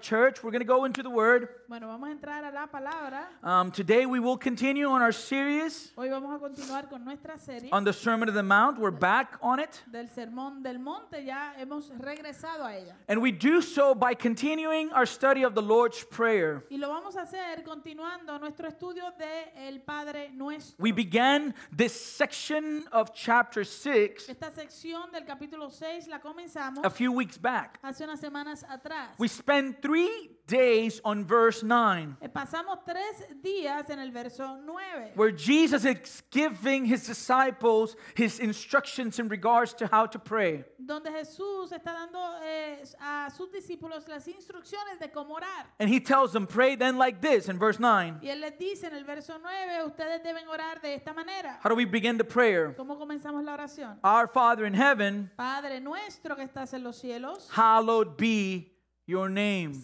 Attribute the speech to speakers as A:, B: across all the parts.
A: church. We're going to go into the Word.
B: Bueno, vamos a entrar a la palabra.
A: Um, today we will continue on our series
B: Hoy vamos a continuar con nuestra serie
A: on the Sermon of the Mount. We're back on it.
B: del Sermón del Monte. Ya hemos regresado a ella.
A: And we do so by continuing our study of the Lord's Prayer.
B: Y lo vamos a hacer continuando nuestro estudio de El Padre Nuestro.
A: We began this section of chapter 6
B: Esta sección del capítulo 6 la comenzamos
A: a few weeks back.
B: hace unas semanas atrás.
A: We spent three days on verse 9,
B: Eh, Pasamos tres días en el verso 9.
A: where Jesus is giving his disciples his instructions in regards to how to pray.
B: donde Jesús está dando eh, a sus discípulos las instrucciones de cómo orar.
A: And he tells them, Pray then like this in verse 9.
B: Y él les dice en el verso 9, ustedes deben orar de esta manera.
A: How do we begin the prayer?
B: ¿Cómo comenzamos la oración?
A: Our Father in heaven,
B: Padre nuestro que estás en los cielos,
A: hallowed be your name.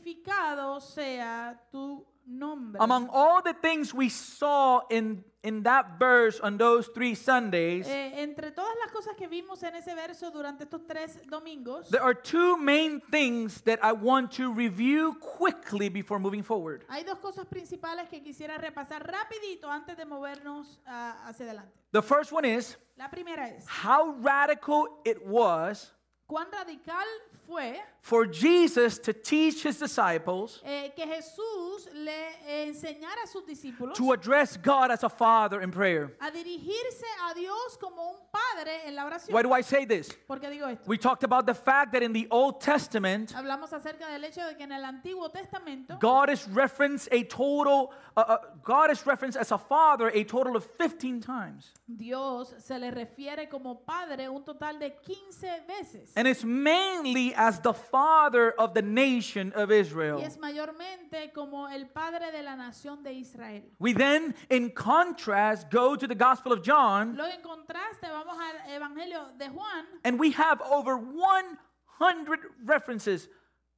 B: santificado sea tu nombre.
A: Among all the things we saw in, in that verse on those three Sundays,
B: Eh, entre todas las cosas que vimos en ese verso durante estos tres domingos,
A: there are two main things that I want to review quickly before moving forward.
B: hay dos cosas principales que quisiera repasar rapidito antes de movernos ah, hacia adelante.
A: The first one is
B: La primera es,
A: how radical it was
B: ¿cuán radical fue
A: for Jesus to teach his disciples
B: eh, que Jesús le eh, enseñara a sus discípulos
A: to address God as a father in prayer.
B: a dirigirse a Dios como un padre en la oración.
A: Why do I say this?
B: ¿Por qué digo esto?
A: We talked about the fact that in the Old Testament,
B: Hablamos acerca del hecho de que en el Antiguo Testamento
A: God is referenced a total, uh, uh, God is referenced as a father a total of 15 times.
B: Dios se le refiere como padre un total de 15 veces.
A: And it's mainly as the father of the nation of
B: Y
A: Israel.
B: es mayormente como el padre de la nación de Israel.
A: We then, in contrast, go to the Gospel of John,
B: Luego en contraste vamos al Evangelio de Juan
A: and we have over 100 references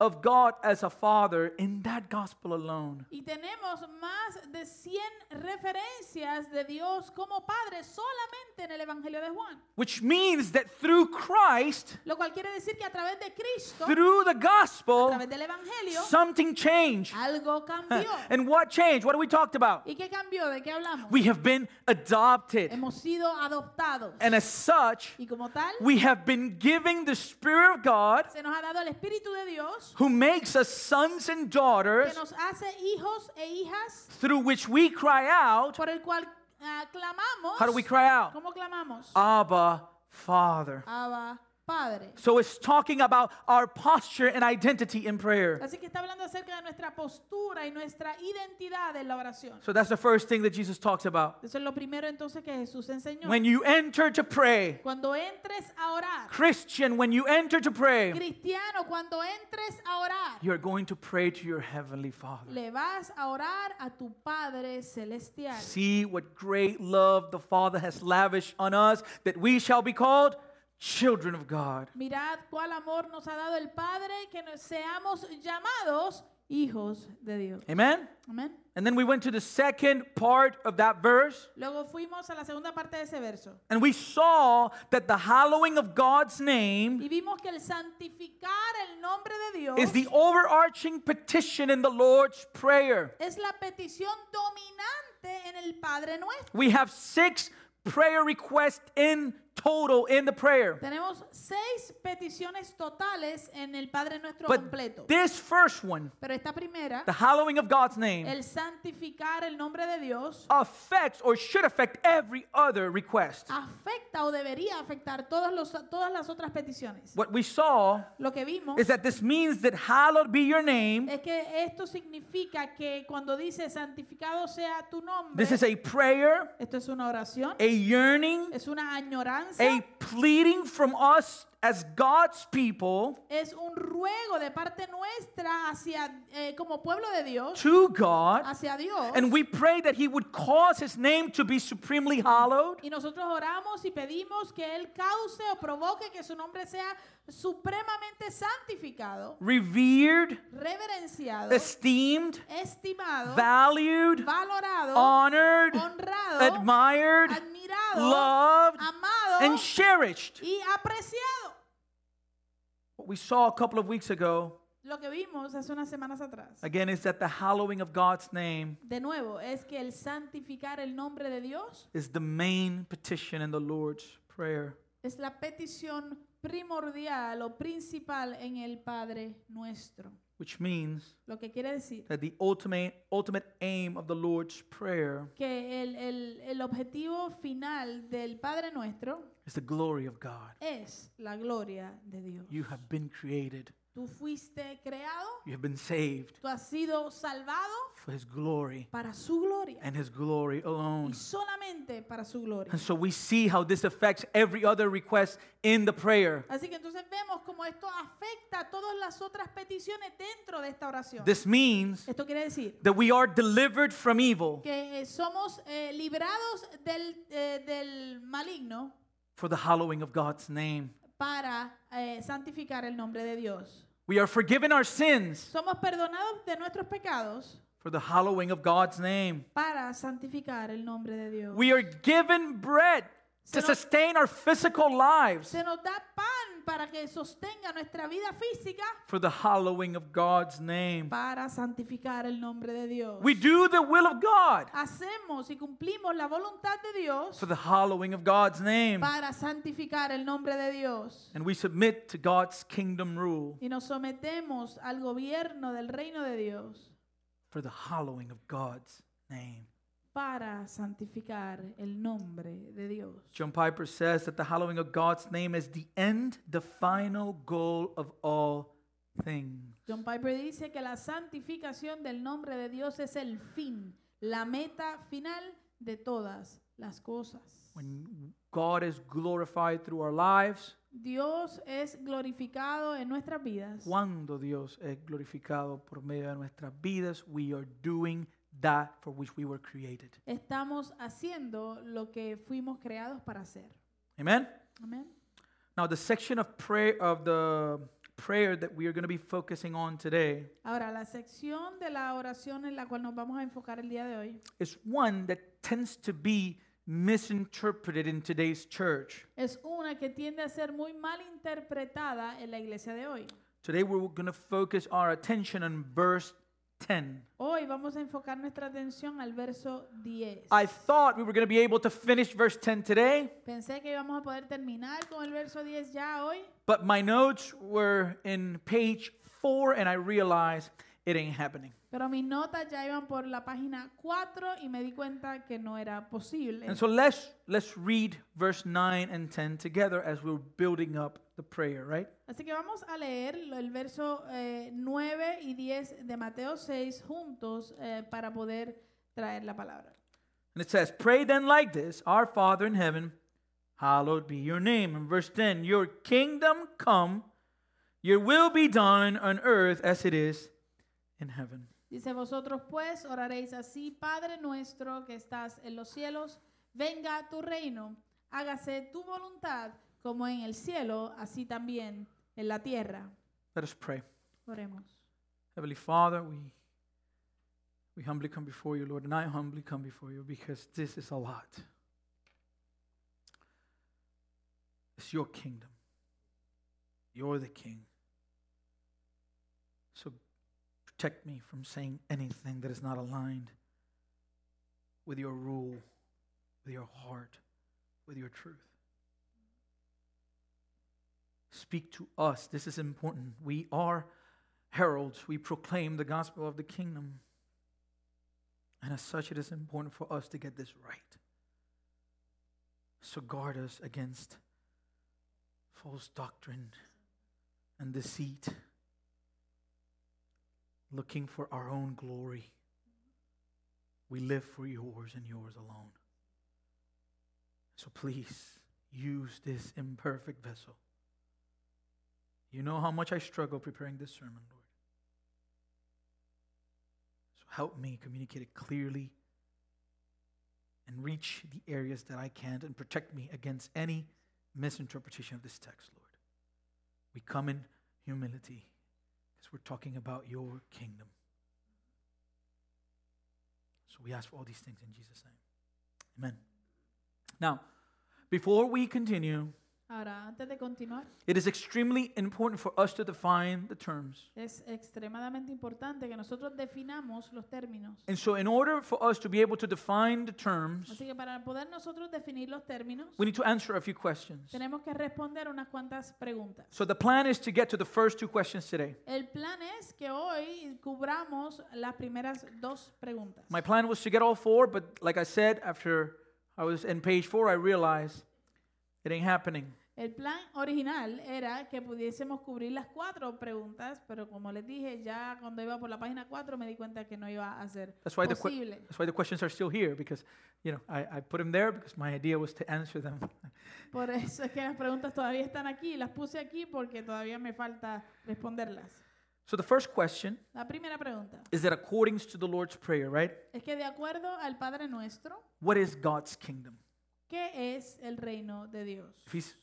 A: of God as a father in that Gospel alone.
B: y tenemos más de 100 referencias de Dios como padre solamente en el Evangelio de Juan.
A: Which means that through Christ,
B: Lo cual quiere decir que a través de Cristo, a
A: through the Gospel,
B: través del Evangelio,
A: something changed.
B: algo cambió.
A: And what changed? What have we talked about?
B: ¿Y qué cambió? ¿De qué hablamos?
A: We have been adopted.
B: Hemos sido adoptados.
A: And as such,
B: Y como tal,
A: we have been given the Spirit of God
B: se nos ha dado el Espíritu de Dios
A: who makes us sons and daughters
B: que nos hace hijos e hijas
A: through which we cry out.
B: por el cual ah, clamamos.
A: How do we cry Ah. out?
B: ¿Cómo clamamos?
A: Abba, Father.
B: Abba, Padre.
A: So it's talking about our posture and identity in prayer.
B: Así que está hablando acerca de nuestra postura y nuestra identidad en la oración.
A: So that's the first thing that Jesus talks about.
B: Eso es lo primero entonces que Jesús enseñó.
A: When you enter to pray,
B: Cuando entres a orar,
A: Christian, when you enter to pray,
B: cristiano, cuando entres a orar,
A: you're going to pray to your Heavenly Father.
B: le vas a orar a tu Padre Celestial.
A: See what great love the Father has lavished on us that we shall be called children of God.
B: Mirad cuál amor nos ha dado el Padre que nos- seamos llamados hijos de Dios.
A: Amen?
B: Amén.
A: And then we went to the second part of that verse
B: Luego fuimos a la segunda parte de ese verso
A: and we saw that the hallowing of God's name
B: y vimos que el santificar el nombre de Dios
A: is the overarching petition in the Lord's Prayer.
B: es la petición dominante en el Padre nuestro.
A: We have six prayer requests in total in the prayer.
B: Tenemos seis peticiones totales en el Padre nuestro
A: Pues,
B: completo.
A: But this first one,
B: Pero esta primera,
A: the hallowing of God's name,
B: el santificar el nombre de Dios,
A: affects or should affect every other request.
B: afecta o debería afectar todos los, todas las otras peticiones.
A: What we saw
B: Lo que vimos
A: is that this means that hallowed be your name.
B: Es que esto significa que cuando dice santificado sea tu nombre,
A: This is a prayer,
B: esto es una oración,
A: a yearning,
B: es una añoranza,
A: a pleading from us as God's people
B: es un ruego de parte nuestra hacia eh, como pueblo de Dios,
A: to God.
B: hacia Dios.
A: And we pray that He would cause His name to be supremely hallowed,
B: y nosotros oramos y pedimos que él cause o provoque que su nombre sea supremamente santificado,
A: revered,
B: reverenciado,
A: esteemed,
B: estimado,
A: valued,
B: valorado,
A: honored,
B: honrado,
A: admired,
B: admirado,
A: loved,
B: amado
A: and cherished.
B: y apreciado.
A: What we saw a couple of weeks ago
B: Lo que vimos hace unas semanas atrás,
A: again, is that the hallowing of God's name
B: de nuevo, es que el santificar el nombre de Dios
A: is the main petition in the Lord's Prayer.
B: es la petición primordial o principal en el Padre nuestro.
A: which means
B: Lo que quiere decir
A: that the ultimate ultimate aim of the Lord's prayer
B: que el, el- el objetivo final del Padre nuestro
A: is the glory of God.
B: es la gloria de Dios.
A: You have been created.
B: Tú fuiste creado,
A: You have been saved
B: tú has sido salvado
A: for his glory
B: para su gloria
A: and his glory alone.
B: y solamente para su gloria.
A: And so we see how this affects every other request in the prayer.
B: Así que entonces vemos cómo esto afecta a todas las otras peticiones dentro de esta oración.
A: This means
B: Esto quiere decir
A: that we are delivered from evil
B: que eh, somos eh, librados del, eh, del maligno
A: for the hallowing of God's name.
B: para eh, santificar el nombre de Dios.
A: We are forgiven our sins
B: Somos perdonados de nuestros pecados
A: for the hallowing of God's name.
B: para santificar el nombre de Dios.
A: We are given bread to
B: Se nos-
A: sustain our physical lives
B: Se nos da pan para que sostenga nuestra vida física
A: for the hallowing of God's name.
B: para santificar el nombre de Dios.
A: We do the will of God
B: Hacemos y cumplimos la voluntad de Dios
A: for the hallowing of God's name.
B: para santificar el nombre de Dios.
A: And we submit to God's kingdom rule
B: Y nos sometemos al gobierno del reino de Dios
A: for the hallowing of God's name.
B: para santificar el nombre de Dios.
A: John Piper says that the hallowing of God's name is the end, the final goal of all things.
B: John Piper dice que la santificación del nombre de Dios es el fin, la meta final de todas las cosas.
A: When God is glorified through our lives,
B: Dios es glorificado en nuestras vidas.
A: cuando Dios es glorificado por medio de nuestras vidas, we are doing that for which we were created.
B: Estamos haciendo lo que fuimos creados para hacer.
A: Amen.
B: Amén.
A: Now, the section of prayer of the prayer that we are going to be focusing on today
B: Ahora, la sección de la oración en la cual nos vamos a enfocar el día de hoy
A: is one that tends to be misinterpreted in today's church.
B: es una que tiende a ser muy mal interpretada en la iglesia de hoy.
A: Today, we're going to focus our attention on verse 10.
B: Hoy vamos a enfocar nuestra atención al verso 10.
A: I thought we were going to be able to finish verse 10 today,
B: Pensé que íbamos a poder terminar con el verso 10 ya hoy,
A: but my notes were in page 4, and I realized it ain't happening.
B: pero mis notas ya iban por la página 4 y me di cuenta que no era posible.
A: And so let's let's read verse 9 and 10 together as we're building up the prayer, right?
B: Así que vamos a leer lo- el verso eh, 9 y 10 de Mateo 6 juntos eh, para poder traer la palabra.
A: And it says, Pray then like this Our Father in heaven, hallowed be your name. And verse 10 Your kingdom come, your will be done on earth as it is in heaven.
B: Dice, vosotros pues oraréis así, Padre nuestro que estás en los cielos, venga a tu reino, hágase tu voluntad como en el cielo, así también en la tierra.
A: Let us pray.
B: Oremos.
A: Heavenly Father, we, we humbly come before you, Lord, and I humbly come before you because this is a lot. It's your kingdom. You're the king. So protect me from saying anything that is not aligned with your rule, with your heart, with your truth. Speak to us. This is important. We are heralds, we proclaim the gospel of the kingdom. And as such, it is important for us to get this right. So guard us against false doctrine and deceit, looking for our own glory. We live for yours and yours alone. So please use this imperfect vessel. You know how much I struggle preparing this sermon, Lord. So help me communicate it clearly and reach the areas that I can't and protect me against any misinterpretation of this text, Lord. We come in humility because we're talking about your kingdom. So we ask for all these things in Jesus' name. Amen. Now, before we continue,
B: Ahora, antes de continuar,
A: It is extremely important for us to define the terms.
B: es extremadamente importante que nosotros definamos los términos.
A: And so, in order for us to be able to define the terms,
B: Así que para poder nosotros definir los términos,
A: we need to answer a few questions.
B: tenemos que responder unas cuantas preguntas.
A: So, the plan is to get to the first two questions today.
B: El plan es que hoy cubramos las primeras dos preguntas.
A: My plan was to get all four, but like I said, after I was in page four, I realized it ain't happening.
B: El plan original era que pudiésemos cubrir las cuatro preguntas, pero como les dije, ya cuando iba por la página 4 me di cuenta que no iba a ser
A: That's why the que-
B: posible.
A: that's why the questions are still here because, you know, I, I put them there because my idea was to answer them.
B: Por eso es que las preguntas todavía están aquí, las puse aquí porque todavía me falta responderlas.
A: So the first question
B: La primera pregunta
A: is that according to the Lord's Prayer, right?
B: es que de acuerdo al Padre Nuestro,
A: What is God's kingdom?
B: ¿qué es el reino de Dios?
A: If He's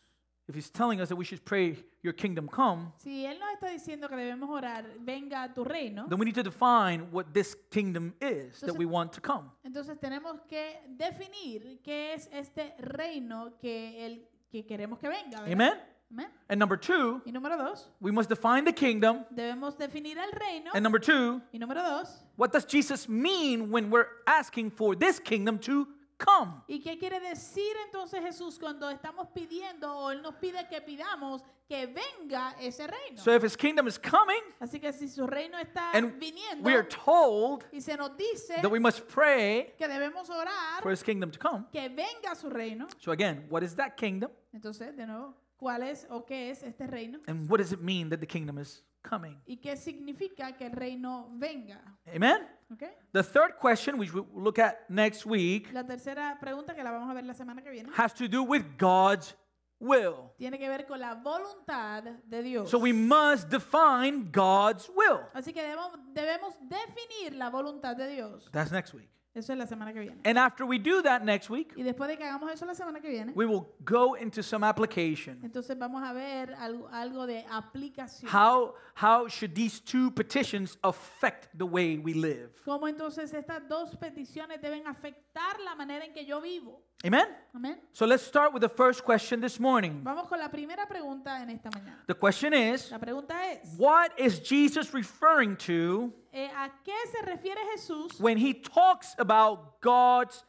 A: if He's telling us that we should pray, Your kingdom come,
B: Si Él nos está diciendo que debemos orar, venga a tu reino,
A: then we need to define what this kingdom is that we want to come.
B: entonces tenemos que definir qué es este reino que Él que queremos que venga. ¿verdad?
A: Amen.
B: Amén.
A: And number two,
B: Y número dos,
A: we must define the kingdom.
B: debemos definir el reino.
A: And number two,
B: Y número dos,
A: What does Jesus mean when we're asking for this kingdom to come?
B: ¿y qué quiere decir entonces Jesús cuando estamos pidiendo o Él nos pide que pidamos que venga ese reino?
A: So if his kingdom is coming,
B: Así que si su reino está
A: And
B: viniendo
A: we are told
B: y se nos dice
A: that we must pray
B: que debemos orar
A: for his kingdom to come.
B: que venga su reino,
A: So again, what is that kingdom
B: entonces de nuevo, ¿cuál es o qué es este reino?
A: and what does it mean that the kingdom is coming?
B: ¿Y qué significa que el reino venga?
A: Amen.
B: ¿Ok?
A: The third question which we'll look at next week
B: La tercera pregunta que la vamos a ver la semana que viene
A: has to do with God's will.
B: tiene que ver con la voluntad de Dios.
A: So we must define God's will.
B: Así que debemos, debemos definir la voluntad de Dios.
A: That's next week.
B: Eso es la semana que viene.
A: And after we do that next week,
B: Y después de que hagamos eso la semana que viene,
A: we will go into some application.
B: entonces vamos a ver algo, algo de aplicación.
A: How, how should these two petitions affect the way we live?
B: ¿Cómo entonces estas dos peticiones deben afectar la manera en que yo vivo?
A: Amen?
B: Amén.
A: So let's start with the first question this morning.
B: Vamos con la primera pregunta en esta mañana.
A: The question is
B: La pregunta es,
A: What is Jesus referring to
B: eh, ¿a qué se refiere Jesús
A: when he talks about God's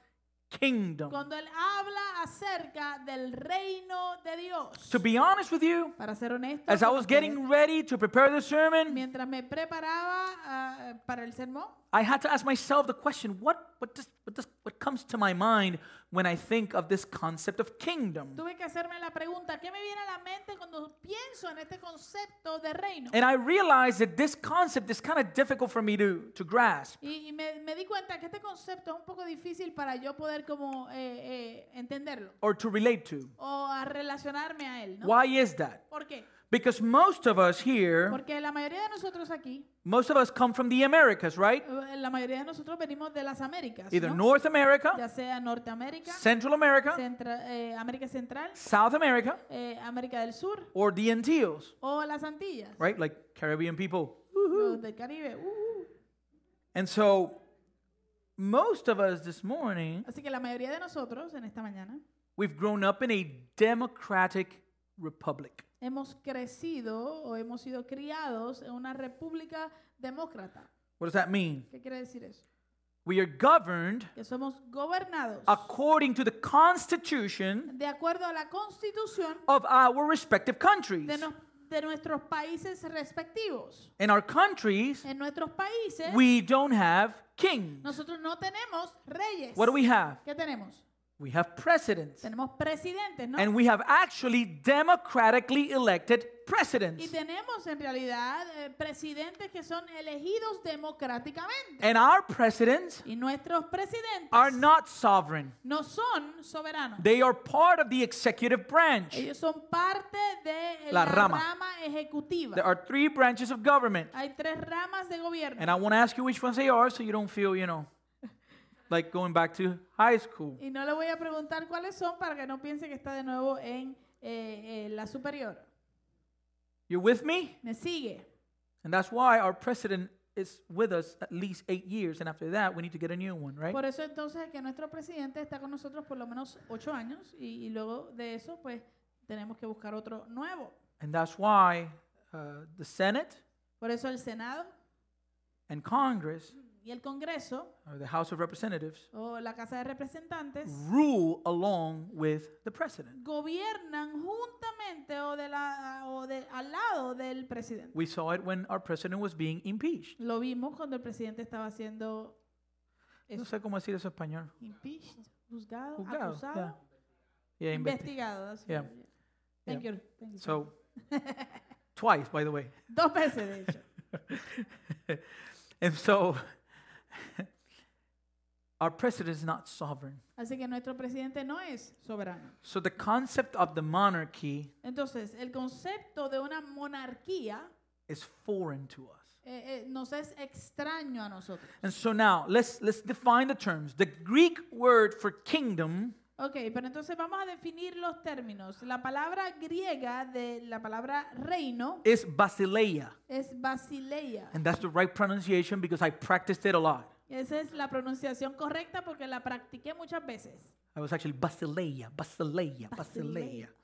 A: kingdom?
B: cuando él habla acerca del reino de Dios?
A: To be honest with you,
B: Para ser honesto,
A: as I
B: con
A: was
B: ustedes,
A: getting ready to prepare the sermon,
B: mientras me preparaba ah, para el sermón,
A: I had to ask myself the question what, what, does, what, does, what comes to my mind when I think of this concept of kingdom?
B: Tuve que hacerme la pregunta, ¿qué me viene a la mente cuando pienso en este concepto de reino?
A: And I realized that this concept is kind of difficult for me to, to grasp.
B: Y, y me, me di cuenta que este concepto es un poco difícil para yo poder como eh, eh, entenderlo
A: or to relate to.
B: o a relacionarme a él, ¿no?
A: Why is that?
B: ¿Por qué?
A: Because most of us here,
B: Porque la mayoría de nosotros aquí,
A: most of us come from the Americas, right?
B: eh, la mayoría de nosotros venimos de las Américas,
A: Either
B: ¿no?
A: North America,
B: ya sea Norteamérica,
A: Central America,
B: Centra- eh, América Central,
A: South America,
B: eh, América del Sur
A: or the Antilles,
B: o las Antillas,
A: right? Like Caribbean people.
B: los del Caribe. uh, uh.
A: And so, most of us this morning,
B: Así que la mayoría de nosotros en esta mañana
A: we've grown up in a democratic republic.
B: hemos crecido o hemos sido criados en una república demócrata.
A: What does that mean?
B: ¿Qué quiere decir eso?
A: We are governed
B: Que somos gobernados
A: according to the constitution
B: de acuerdo a la constitución
A: of our respective countries.
B: de, nos- de nuestros países respectivos.
A: In our countries,
B: En nuestros países
A: we don't have kings.
B: nosotros no tenemos reyes.
A: What do we have?
B: ¿Qué tenemos?
A: We have presidents.
B: Tenemos presidentes, ¿no?
A: And we have actually democratically elected
B: Y
A: presidents.
B: tenemos en realidad eh, presidentes que son elegidos democráticamente.
A: And our presidents
B: Y nuestros
A: are
B: presidentes
A: not sovereign,
B: no son soberanos.
A: they are part of the executive branch.
B: Ellos son parte de
A: La
B: la,
A: rama.
B: rama. ejecutiva.
A: There are three branches of government.
B: Hay tres ramas de gobierno.
A: And I want to ask you which ones they are so you don't feel, you know, like going back to high school.
B: Y no le voy a preguntar cuáles son para que no piense que está de nuevo en eh, eh, la superior.
A: You're with me?
B: Me sigue.
A: And that's why our president is with us at least eight years. And after that, we need to get a new one, right?
B: Por eso entonces que nuestro presidente está con nosotros por lo menos ocho años y, y luego de eso pues tenemos que buscar otro nuevo.
A: And that's why uh, the Senate
B: Por eso el Senado
A: and Congress,
B: y el Congreso
A: or the House of Representatives,
B: o la Casa de Representantes
A: rule along with the president.
B: gobiernan juntamente o, de la, o de, al lado del presidente.
A: We saw it when our president was being impeached.
B: Lo vimos cuando el presidente estaba siendo
A: No
B: eso,
A: sé cómo decir eso en español.
B: impeached, juzgado,
A: Juzgado,
B: acusado,
A: Yeah, investi-
B: investigado. that's
A: Yeah.
B: right, yeah. Thank you, thank you.
A: So, twice, by the way.
B: Dos veces, de hecho.
A: And so, our president is not sovereign.
B: Así que nuestro presidente no es soberano.
A: So, the concept of the monarchy
B: Entonces, el concepto de una monarquía
A: is foreign to us.
B: eh, eh, nos es extraño a nosotros.
A: And so now let's let's define the terms. The Greek word for kingdom
B: Ok, pero entonces vamos a definir los términos. La palabra griega de la palabra reino
A: is basileia,
B: es basileia.
A: and that's the right pronunciation because I practiced it a lot.
B: Esa es la pronunciación correcta porque la practiqué muchas veces.
A: I was actually basileia, basileia, basileia.
B: Basileia.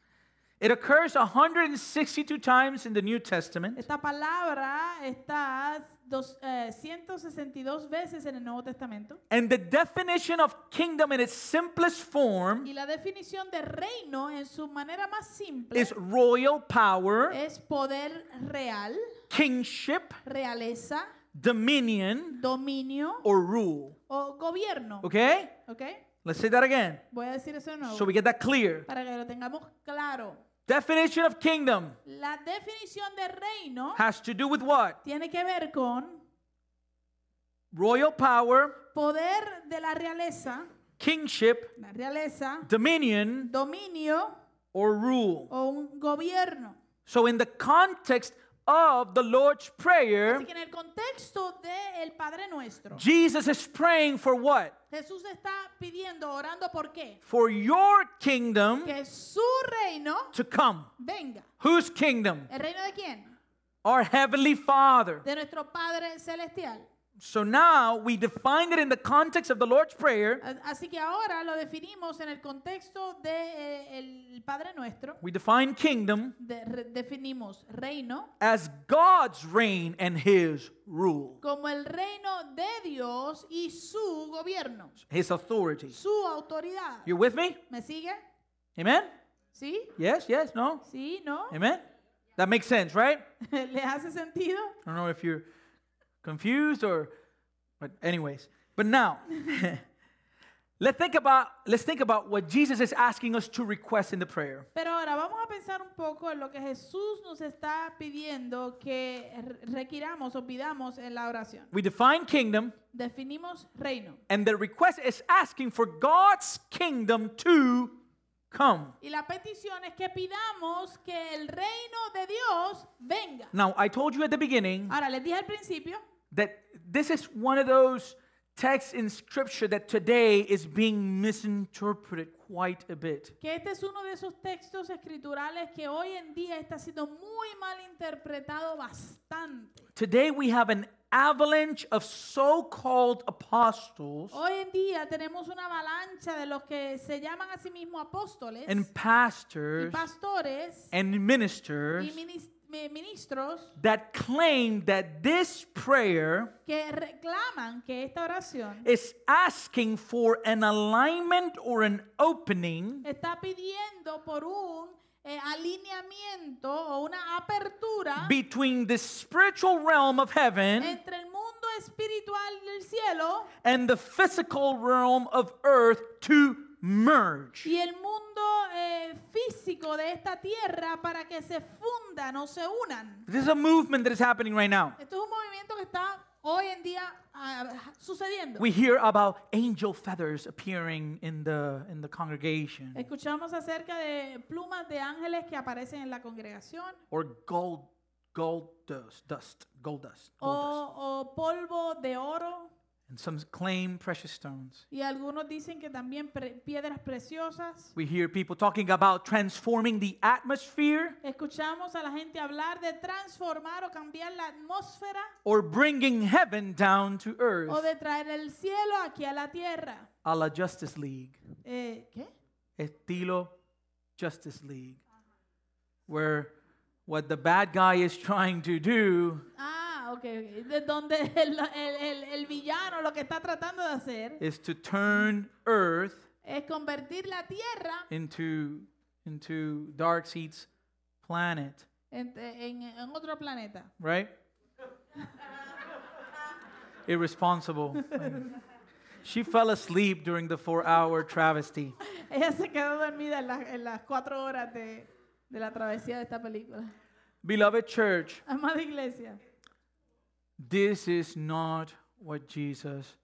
A: It occurs 162 times in the New Testament
B: Esta palabra está dos- eh, 162 veces en el Nuevo Testamento
A: and the definition of kingdom in its simplest form
B: y la definición de reino en su manera más simple
A: is royal power,
B: es poder real,
A: kingship,
B: realeza,
A: dominion
B: dominio
A: or rule.
B: o gobierno.
A: Okay?
B: ¿Ok?
A: Let's say that again
B: Voy a decir eso de nuevo
A: so we get that clear.
B: para que lo tengamos claro.
A: Definition of kingdom
B: La definición de reino
A: has to do with what?
B: tiene que ver con
A: Royal power,
B: poder de la realeza,
A: kingship,
B: la realeza,
A: dominion,
B: dominio
A: or rule.
B: o un gobierno.
A: So, in the context of the Lord's Prayer,
B: Así que en el contexto del Padre Nuestro,
A: Jesus is praying for what?
B: Jesús está pidiendo, orando por qué?
A: For your kingdom
B: Que su reino
A: to come.
B: venga.
A: Whose kingdom?
B: ¿El reino de quién?
A: Our Heavenly Father.
B: De nuestro Padre Celestial.
A: So now we define it in the context of the Lord's Prayer.
B: A- Así que ahora lo definimos en el contexto del de, eh, el Padre Nuestro.
A: We define kingdom
B: De- re- definimos reino
A: as God's reign and His rule,
B: como el reino de Dios y su gobierno,
A: His authority.
B: su autoridad.
A: You with me?
B: ¿Me sigue?
A: Amen?
B: ¿Sí?
A: Yes, yes, no?
B: ¿Sí? ¿No?
A: Amen? That makes sense, right?
B: ¿Le hace sentido?
A: I don't know if you're confused or but anyways. But now let's think about let's think about what Jesus is asking us to request in the prayer.
B: Pero ahora vamos a pensar un poco en lo que Jesús nos está pidiendo que re- requiramos o pidamos en la oración.
A: We define kingdom
B: Definimos reino.
A: and the request is asking for God's kingdom to come.
B: Y la petición es que pidamos que el reino de Dios venga.
A: Now, I told you at the beginning
B: Ahora, les dije al principio
A: that this is one of those texts in scripture that today is being misinterpreted quite a bit.
B: que este es uno de esos textos escriturales que hoy en día está siendo muy mal interpretado bastante.
A: Today we have an avalanche of so-called apostles
B: Hoy en día tenemos una avalancha de los que se llaman a sí mismos apóstoles
A: and
B: y
A: pastors
B: pastores
A: and ministers
B: y minis- mi- ministros
A: that claim that this prayer
B: que reclaman que esta oración
A: is asking for an alignment or an opening
B: está pidiendo por un eh, alineamiento o una apertura
A: between the spiritual realm of heaven
B: entre el mundo espiritual del cielo
A: and the physical realm of earth to merge.
B: y el mundo eh, físico de esta tierra para que se fundan o se unan.
A: This is a movement that is happening right now.
B: Esto es un movimiento que está hoy en día ah, sucediendo.
A: We hear about angel feathers appearing in the in the congregation
B: Escuchamos acerca de plumas de ángeles que aparecen en la congregación
A: or gold gold dust dust gold dust
B: o,
A: gold dust.
B: o polvo de oro
A: and some claim precious stones.
B: y algunos dicen que también pre- piedras preciosas.
A: We hear people talking about transforming the atmosphere
B: Escuchamos a la gente hablar de transformar o cambiar la atmósfera
A: or bringing heaven down to
B: o
A: earth
B: de traer el cielo aquí a la tierra.
A: a la Justice League.
B: Eh, ¿Qué?
A: Estilo Justice League. where what the bad guy is trying to do
B: Ah, ok, ok. De donde el, el- el- el villano lo que está tratando de hacer
A: is to turn earth
B: es convertir la tierra
A: into into dark seat's planet
B: en, en- en otro planeta.
A: right irresponsible she fell asleep during the four hour travesty
B: Ella se quedó dormida en, las- en las cuatro horas de, de la travesía de esta película.
A: beloved church
B: Amada iglesia,
A: this is not what jesus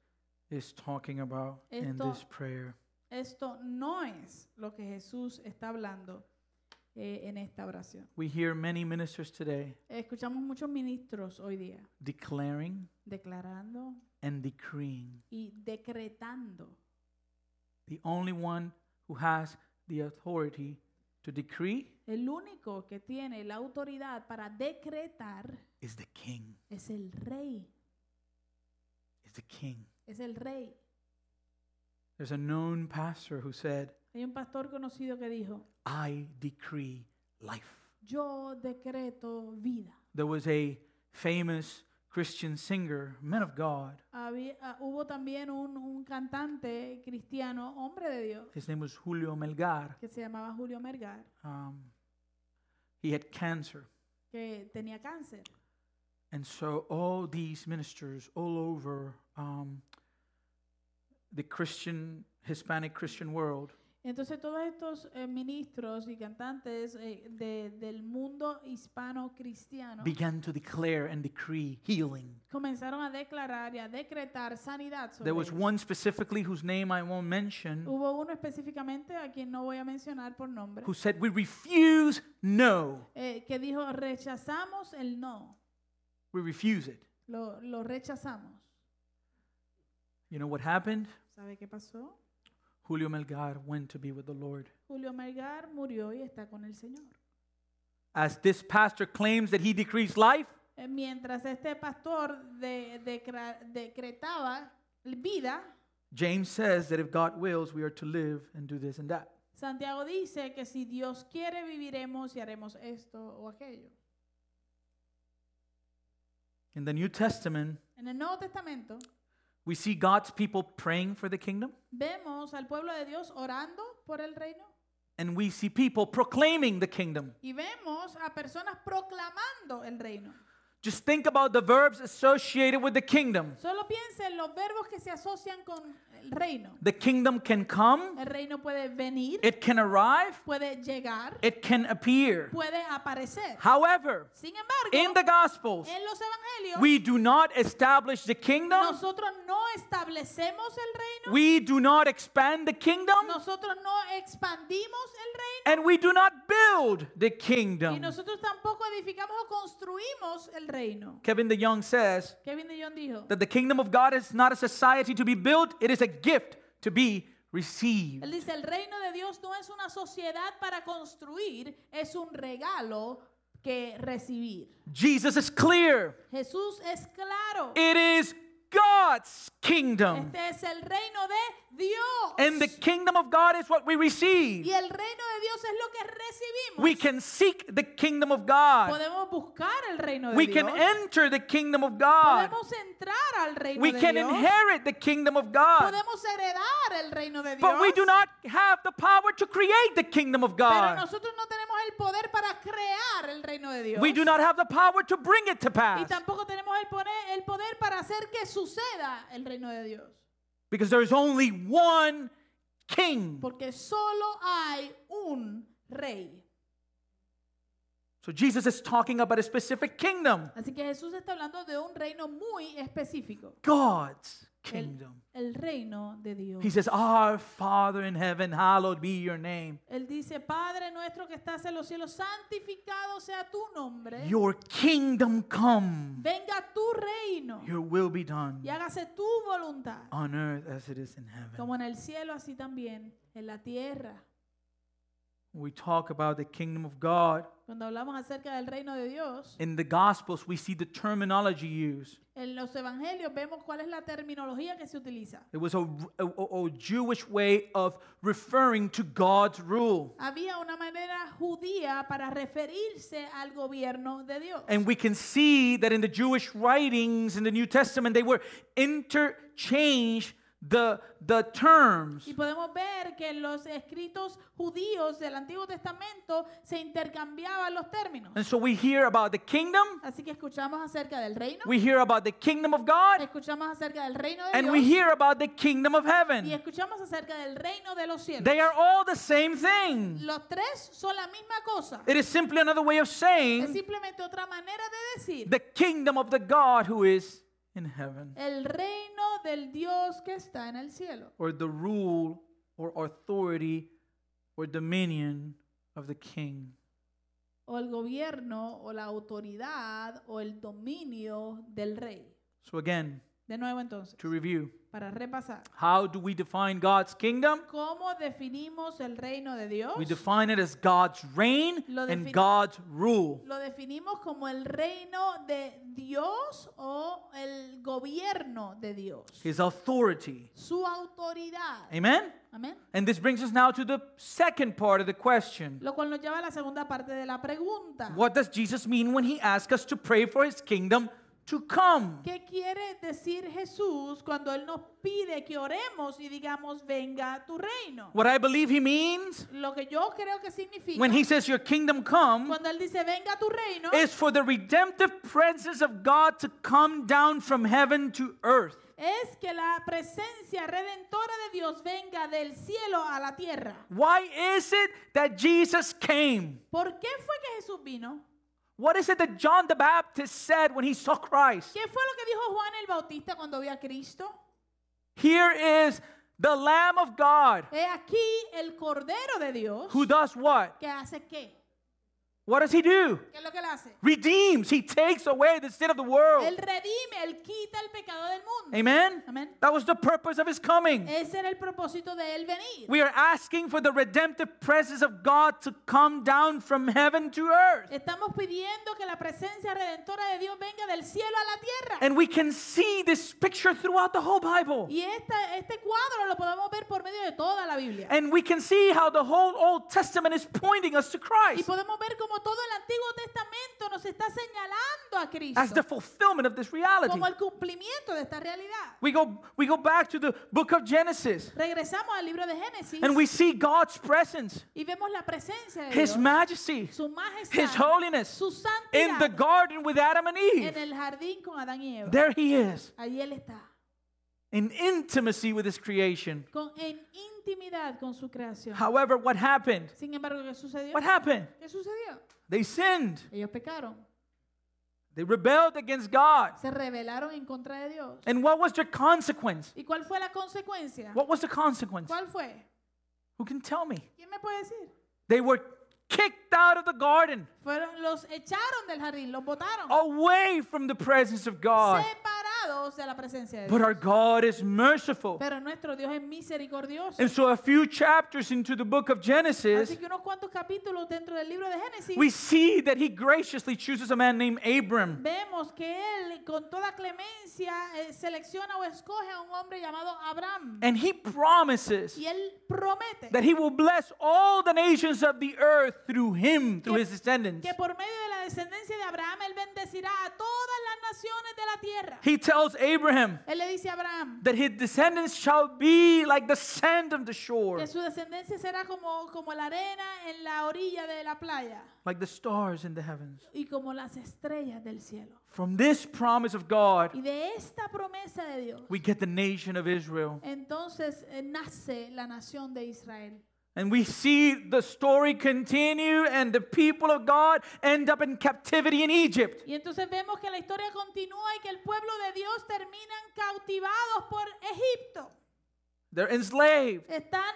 A: is talking about in
B: Esto-
A: this prayer
B: esto no es lo que Jesús está hablando eh, en esta oración.
A: we hear many ministers today
B: Escuchamos muchos ministros hoy día
A: declaring
B: declarando
A: and decreeing
B: y decretando.
A: the only one who has the authority to decree
B: El único que tiene la autoridad para decretar
A: is the king
B: es el rey.
A: is the king
B: Es el rey.
A: there's a known pastor who said
B: Hay un pastor conocido que dijo,
A: i decree life
B: yo decreto vida.
A: there was a famous christian singer man of god
B: Había- ah, hubo también un, un cantante cristiano, hombre de Dios,
A: his name was julio melgar
B: que se llamaba Julio Mergar,
A: um, he had cancer
B: que tenía cáncer.
A: and so all these ministers all over um, the christian hispanic christian world
B: Entonces todos estos eh, ministros y cantantes eh, de- del mundo hispano-cristiano
A: began to declare and decree healing.
B: comenzaron a declarar y a decretar sanidad sobre
A: There was
B: ellos.
A: one specifically whose name I won't mention
B: Hubo uno específicamente a quien no voy a mencionar por nombre,
A: who said, We refuse no.
B: eh, que dijo, rechazamos el no,
A: We refuse it.
B: lo, lo rechazamos.
A: You know what happened?
B: ¿Sabe qué pasó?
A: Julio Melgar went to be with the Lord.
B: Julio Melgar murió y está con el Señor.
A: As this pastor claims that he decrees life,
B: Eh, Mientras este pastor de- decra- decretaba vida,
A: James says that if God wills, we are to live and do this and that.
B: Santiago dice que si Dios quiere viviremos y haremos esto o aquello.
A: In the New Testament,
B: En el Nuevo Testamento
A: we see God's people praying for the kingdom,
B: vemos al pueblo de Dios orando por el reino
A: and we see people proclaiming the kingdom.
B: y vemos a personas proclamando el reino.
A: Just think about the verbs associated with the kingdom.
B: Solo piensa en los verbos que se asocian con el reino.
A: The kingdom can come,
B: El reino puede venir,
A: it can arrive,
B: puede llegar,
A: it can appear.
B: puede aparecer.
A: However,
B: Sin
A: in
B: embargo,
A: the Gospels,
B: en los evangelios
A: we do not establish the kingdom,
B: nosotros no establecemos el reino,
A: we do not expand the kingdom,
B: nosotros no expandimos el reino
A: and we do not build the
B: y
A: kingdom.
B: nosotros tampoco edificamos o construimos el reino.
A: Kevin DeYoung says
B: Kevin de Jong dijo,
A: that the kingdom of God is not a society to be built, it is a gift to be
B: él
A: received.
B: dice, el reino de Dios no es una sociedad para construir, es un regalo que recibir.
A: Jesus is clear
B: Jesús es claro.
A: it is God's kingdom,
B: Este es el reino de Dios.
A: and the kingdom of God is what we receive.
B: y el reino de Dios es lo que recibimos.
A: We can seek the kingdom of God.
B: Podemos buscar el reino de
A: We
B: Dios.
A: can enter the kingdom of God.
B: Podemos entrar al reino
A: We
B: de
A: can
B: Dios.
A: inherit the kingdom of God.
B: Podemos heredar el reino de Dios.
A: But we do not have the power to create the kingdom of
B: pero
A: God.
B: nosotros no tenemos el poder para crear el reino de Dios.
A: We do not have the power to bring it to
B: y
A: pass.
B: tampoco tenemos el poder, el poder para hacer que suceda el reino de Dios.
A: Because there is only one king.
B: Porque solo hay un rey.
A: So Jesus is talking about a specific kingdom
B: Así que Jesús está hablando de un reino muy específico.
A: God's
B: El-
A: kingdom.
B: El, reino de Dios.
A: He says, Our Father in heaven, hallowed be your name.
B: Él dice, Padre nuestro que estás en los cielos, santificado sea tu nombre.
A: Your kingdom come,
B: Venga tu reino
A: your will be done
B: y hágase tu voluntad,
A: on earth as it is in heaven.
B: como en el cielo, así también en la tierra.
A: When we talk about the kingdom of God,
B: Cuando hablamos acerca del reino de Dios,
A: in the Gospels, we see the terminology used.
B: en los evangelios vemos cuál es la terminología que se utiliza.
A: It was a, a- a- a Jewish way of referring to God's rule.
B: Había una manera judía para referirse al gobierno de Dios.
A: And we can see that in the Jewish writings in the New Testament, they were interchanged the, the terms.
B: Y podemos ver que en los escritos judíos del Antiguo Testamento se intercambiaban los términos.
A: And so we hear about the kingdom,
B: Así que escuchamos acerca del reino,
A: we hear about the kingdom of God,
B: escuchamos acerca del reino de
A: and we
B: Dios
A: hear about the kingdom of
B: y
A: heaven.
B: escuchamos acerca del reino de los cielos.
A: They are all the same thing.
B: Los tres son la misma cosa.
A: It is simply another way of
B: Es
A: saying
B: simplemente otra manera de decir
A: the kingdom of the God who is in heaven,
B: el reino del Dios que está en el cielo
A: or the rule or authority or dominion of the king.
B: o el gobierno o la autoridad o el dominio del rey.
A: So, again,
B: De nuevo entonces,
A: to review,
B: para repasar,
A: how do we define God's kingdom?
B: ¿cómo definimos el reino de Dios?
A: We define it as God's reign
B: Lo
A: and
B: defini-
A: God's rule.
B: ¿Lo definimos como el reino de Dios o el gobierno de Dios?
A: His authority.
B: Su autoridad.
A: Amen?
B: Amén.
A: And this brings us now to the second part of the question.
B: Lo cual nos lleva a la segunda parte de la pregunta.
A: What does Jesus mean when he asks us to pray for his kingdom to come?
B: ¿Qué quiere decir Jesús cuando Él nos pide que oremos y digamos, venga tu reino?
A: What I believe he means
B: Lo que yo creo que significa
A: when he says your kingdom come
B: cuando Él dice, venga tu reino,
A: is for the redemptive presence of God to come down from heaven to earth.
B: es que la presencia redentora de Dios venga del cielo a la tierra.
A: Why is it that Jesus came?
B: ¿Por qué fue que Jesús vino?
A: What is it that John the Baptist said when he saw Christ?
B: ¿Qué fue lo que dijo Juan el Bautista cuando vio a Cristo?
A: Here is the Lamb of God
B: He aquí el Cordero de Dios
A: who does what?
B: que hace qué?
A: What does he do?
B: ¿Qué es lo que él hace?
A: Redeems. He takes away the sin of the world.
B: Él redime, él quita el pecado del mundo.
A: Amen?
B: Amén.
A: That was the purpose of his coming.
B: Ese era el propósito de él venir.
A: We are asking for the redemptive presence of God to come down from heaven to earth.
B: Estamos pidiendo que la presencia redentora de Dios venga del cielo a la tierra.
A: And we can see this picture throughout the whole Bible.
B: y esta- este cuadro lo podemos ver por medio de toda la Biblia.
A: And we can see how the whole Old Testament is pointing us to
B: Y
A: Christ
B: podemos ver como todo el Antiguo Testamento nos está señalando a Cristo
A: as the fulfillment of this reality.
B: como el cumplimiento de esta realidad.
A: We go, we go back to the book of Genesis
B: Regresamos al libro de Génesis
A: and we see God's presence,
B: y vemos la presencia de
A: His
B: Dios,
A: majesty,
B: su majestad,
A: His holiness
B: su
A: in the
B: santidad
A: garden with Adam and
B: en
A: Eve.
B: el jardín con Adán y Eva.
A: There He is
B: Allí él está,
A: in intimacy with His creation.
B: con, en intimidad con su creación.
A: However, what happened?
B: Sin embargo, ¿qué sucedió?
A: What happened?
B: ¿Qué sucedió?
A: They sinned.
B: Ellos pecaron,
A: They rebelled against God.
B: se rebelaron en contra de Dios.
A: And what was their consequence?
B: ¿Y cuál fue la consecuencia?
A: What was the consequence?
B: ¿Cuál fue?
A: Who can tell me?
B: ¿Quién me puede decir?
A: They were kicked out of the garden,
B: Fueron, los echaron del jardín, los botaron,
A: away from the presence of God.
B: separados de la presencia de
A: But
B: Dios.
A: our God is merciful.
B: Pero nuestro Dios es misericordioso.
A: And so, a few chapters into the book of Genesis,
B: Así que unos cuantos capítulos dentro del libro de Génesis
A: we see that he graciously chooses a man named Abram.
B: vemos que él con toda clemencia eh, selecciona o escoge a un hombre llamado Abraham
A: And he promises
B: y él promete
A: that he will bless all the nations of the earth through him, through
B: Que-
A: his descendants.
B: que por medio de la descendencia de Abraham él bendecirá a todas las naciones de la tierra.
A: He tells Abraham
B: Él le dice a Abraham
A: that his descendants shall be like the sand of the shore,
B: que su descendencia será como, como la arena en la orilla de la playa
A: like the stars in the heavens.
B: y como las estrellas del cielo.
A: From this promise of God,
B: Y de esta promesa de Dios,
A: we get the nation of Israel.
B: entonces eh, nace la nación de Israel.
A: And we see the story continue, and the people of God end up in captivity in Egypt.
B: Y entonces vemos que la historia continúa y que el pueblo de Dios terminan cautivados por Egipto.
A: They're enslaved.
B: Están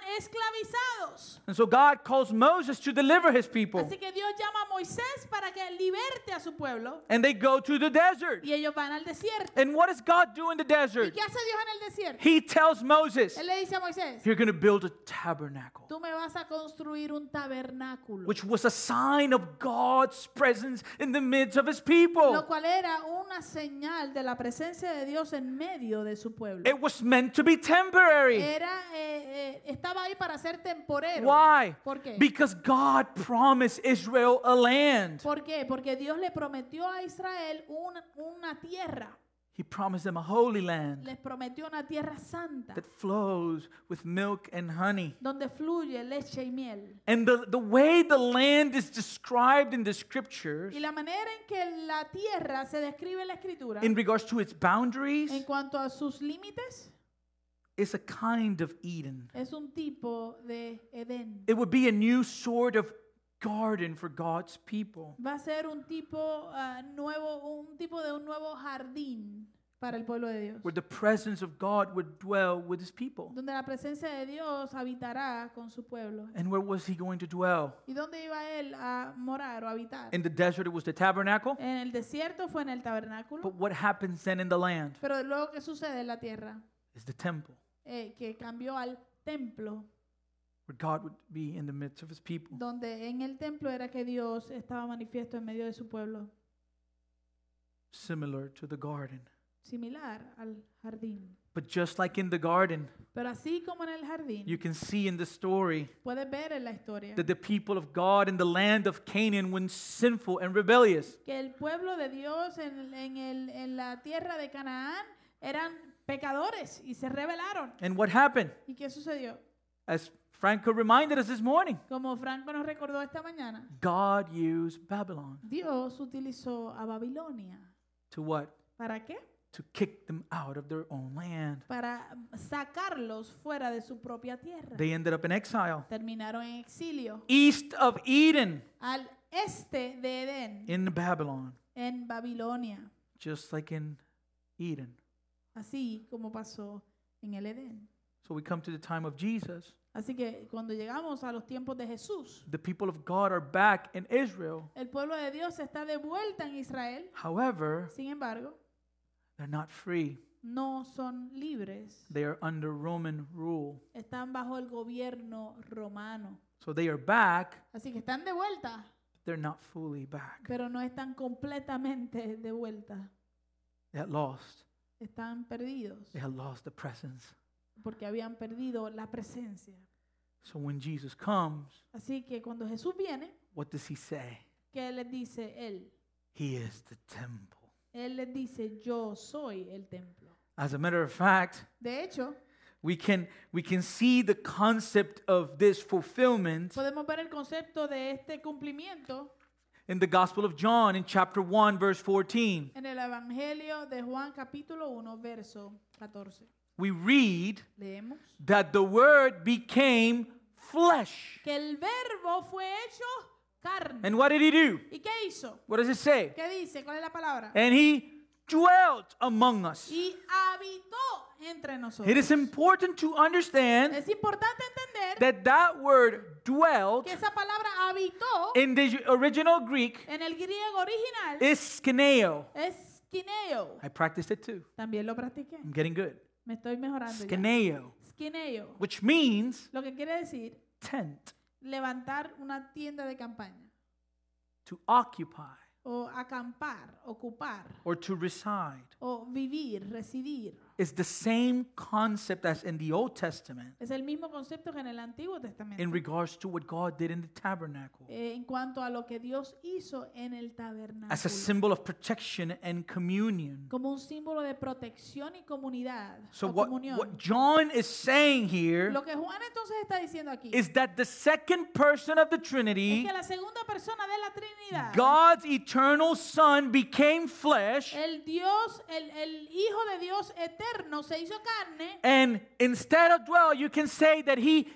B: esclavizados.
A: And so God calls Moses to deliver his people.
B: Así que Dios llama a Moisés para que liberte a su pueblo
A: And they go to the desert.
B: y ellos van al desierto.
A: And what does God do in the
B: ¿Y
A: desert?
B: qué hace Dios en el desierto?
A: He tells Moses,
B: Él le dice a Moisés,
A: You're going to build a tabernacle,
B: tú me vas a construir un tabernáculo,
A: which was a sign of God's presence in the midst of his
B: lo
A: people.
B: cual era una señal de la presencia de Dios en medio de su pueblo.
A: It was meant to be temporary.
B: Era, eh, eh, estaba ahí para ser temporero.
A: Why?
B: Eh, ¿Por qué?
A: Because God promised Israel a land,
B: ¿Por qué? Porque Dios le prometió a Israel una, una tierra.
A: He promised them a holy land
B: Les prometió una tierra santa
A: that flows with milk and honey.
B: donde fluye leche y miel.
A: And the, the way the land is described in the scriptures
B: Y la manera en que la tierra se describe en la escritura
A: in regards to its boundaries
B: en cuanto a sus límites
A: is a kind of Eden.
B: es un tipo de Edén.
A: It would be a new sort of garden for God's people.
B: Va a ser un tipo ah, nuevo, un tipo de un nuevo jardín para el pueblo de Dios,
A: Where the presence of God would dwell with his people.
B: donde la presencia de Dios habitará con su pueblo.
A: And where was he going to dwell?
B: ¿Y dónde iba él a morar o habitar?
A: In the desert, it was the tabernacle.
B: En el desierto fue en el tabernáculo,
A: But what happens then in the land
B: pero luego qué sucede en la tierra,
A: is the temple,
B: Eh, que cambió al templo,
A: where God would be in the midst of his people.
B: donde en el templo era que Dios estaba manifiesto en medio de su pueblo,
A: Similar to the garden.
B: similar al jardín.
A: But just like in the garden,
B: Pero así como en el
A: you
B: jardín,
A: can see in the story
B: puedes ver en la historia
A: that the people of God in the land of Canaan were sinful and rebellious.
B: que el pueblo de Dios en, en el- en la tierra de Canaán eran pecadores y se rebelaron.
A: And what happened?
B: ¿Y qué sucedió?
A: As Franco reminded us this morning,
B: Como Franco nos recordó esta mañana,
A: God used Babylon
B: Dios utilizó a Babilonia.
A: to what?
B: ¿Para qué?
A: To kick them out of their own land.
B: Para sacarlos fuera de su propia tierra.
A: They ended up in exile.
B: Terminaron en exilio
A: East of Eden
B: al este de Edén,
A: in Babylon,
B: en Babilonia,
A: just like in Eden.
B: así como pasó en el Edén.
A: So we come to the time of Jesus.
B: Así que cuando llegamos a los tiempos de Jesús,
A: The people of God are back in Israel.
B: El pueblo de Dios está de vuelta en Israel.
A: However,
B: Sin embargo,
A: they're not free.
B: no son libres.
A: They are under Roman rule.
B: Están bajo el gobierno romano.
A: So they are back,
B: Así que están de vuelta,
A: they're not fully back.
B: pero no están completamente de vuelta.
A: They had lost.
B: Están perdidos
A: They had lost the presence.
B: porque habían perdido la presencia.
A: So when Jesus comes,
B: Así que cuando Jesús viene,
A: what does he say?
B: ¿qué les dice Él?
A: He is the temple.
B: Él les dice, yo soy el templo.
A: As a matter of fact,
B: De hecho,
A: we can we can see the concept of this fulfillment
B: podemos ver el concepto de este cumplimiento
A: in the Gospel of John in chapter 1 verse 14.
B: En el Evangelio de Juan capítulo 1, verso 14.
A: We read
B: Leemos.
A: that the word became flesh.
B: Que el verbo fue hecho carne.
A: And what did he do?
B: ¿Y qué hizo?
A: What does it say?
B: ¿Qué dice? ¿Cuál es la palabra?
A: And he dwelt among us.
B: Y habitó entre nosotros.
A: It is important to understand
B: Es importante entender
A: that that word dwelt
B: que esa palabra habitó
A: in the original Greek
B: en el griego original
A: is skineo.
B: es skineo.
A: I practiced it too.
B: También lo practiqué.
A: I'm getting good.
B: Me estoy mejorando. ya.
A: Skineo,
B: Skineo.
A: which means
B: Lo que quiere decir
A: tent,
B: levantar una tienda de campaña
A: to occupy
B: o acampar, ocupar.
A: or to reside.
B: o vivir, residir.
A: It's the same concept as in the Old Testament
B: Es el mismo concepto que en el Antiguo Testamento.
A: in regards to what God did in the tabernacle
B: eh, en cuanto a lo que Dios hizo en el
A: as a
B: tabernáculo.
A: symbol of protection and communion.
B: Como un símbolo de protección y comunidad.
A: So,
B: o
A: what,
B: comunión.
A: what John is saying here
B: lo que Juan entonces está diciendo aquí
A: is that the second person of the
B: es
A: Trinity
B: que la segunda persona de la Trinidad,
A: God's eternal Son became flesh,
B: el Dios, el, el Hijo de Dios eterno, se hizo carne.
A: and instead of dwell, you can say that He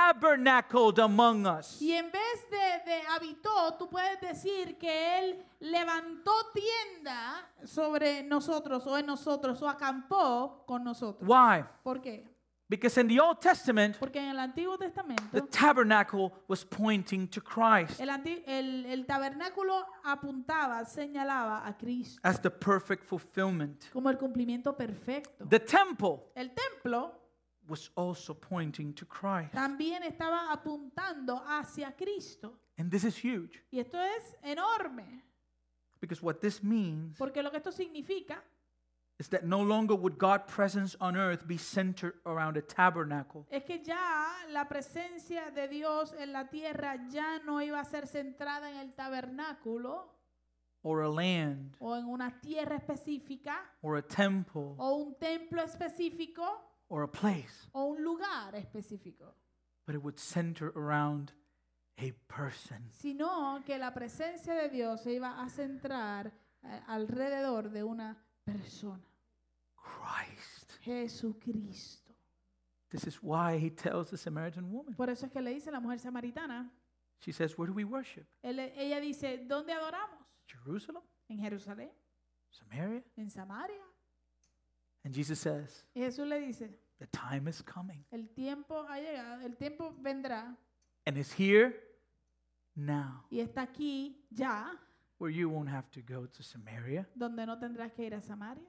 A: tabernacled among us.
B: Y en vez de, de habitó, tú puedes decir que Él levantó tienda sobre nosotros o en nosotros o acampó con nosotros.
A: Why?
B: ¿Por qué?
A: Because in the Old Testament,
B: Porque en el Antiguo
A: the
B: Testamento,
A: tabernacle was pointing to Christ
B: el, anti- el- el tabernáculo apuntaba, señalaba a Cristo
A: as the perfect fulfillment.
B: como el cumplimiento perfecto.
A: The temple
B: El templo
A: was also pointing to Christ.
B: también estaba apuntando hacia Cristo.
A: And this is huge
B: Y esto es enorme,
A: because what this means
B: porque lo que esto significa
A: is that no longer would God's presence on earth be centered around a tabernacle,
B: es que ya la presencia de Dios en la tierra ya no iba a ser centrada en el tabernáculo
A: or a land,
B: o en una tierra específica
A: or a temple,
B: o un templo específico
A: or a place,
B: o un lugar específico,
A: but it would center around a person.
B: sino que la presencia de Dios se iba a centrar eh, alrededor de una persona,
A: Christ.
B: Jesucristo.
A: This is why he tells the Samaritan woman.
B: Por eso es que le dice la mujer samaritana,
A: She says, Where do we worship?
B: él- ella dice, ¿dónde adoramos?
A: Jerusalem?
B: ¿En Jerusalén?
A: Samaria?
B: ¿En Samaria?
A: And Jesus says,
B: Y Jesús le dice,
A: The time is coming
B: el tiempo ha llegado, el tiempo vendrá
A: and is here now
B: y está aquí ya,
A: where you won't have to go to Samaria.
B: donde no tendrás que ir a Samaria,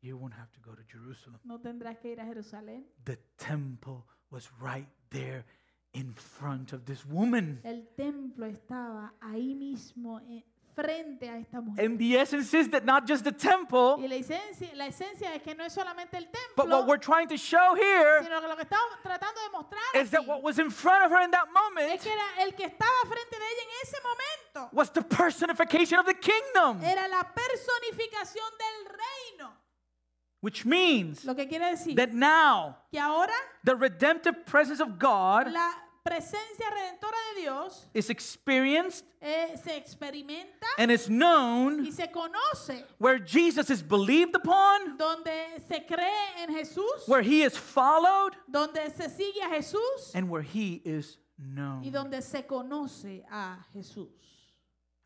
A: You won't have to go to Jerusalem.
B: no tendrás que ir a Jerusalén.
A: The temple was right there in front of this woman.
B: El templo estaba ahí mismo, eh, frente a esta mujer.
A: And the essence is that not just the temple,
B: Y la esencia, la esencia es que no es solamente el
A: but what we're
B: templo,
A: trying to show here
B: sino que lo que estamos tratando de mostrar
A: is that
B: aquí
A: what was in front of her in that
B: es
A: moment
B: que era el que estaba frente de ella en ese momento
A: was the personification of the kingdom,
B: era la personificación del reino.
A: which means
B: Lo que quiere decir
A: that now
B: que ahora
A: the redemptive presence of God
B: la presencia redentora de Dios
A: is experienced
B: eh, se experimenta
A: and is known
B: y se conoce
A: where Jesus is believed upon,
B: donde se cree en Jesús,
A: where he is followed,
B: donde se sigue a Jesús
A: and where he is
B: y
A: known.
B: donde se conoce a Jesús.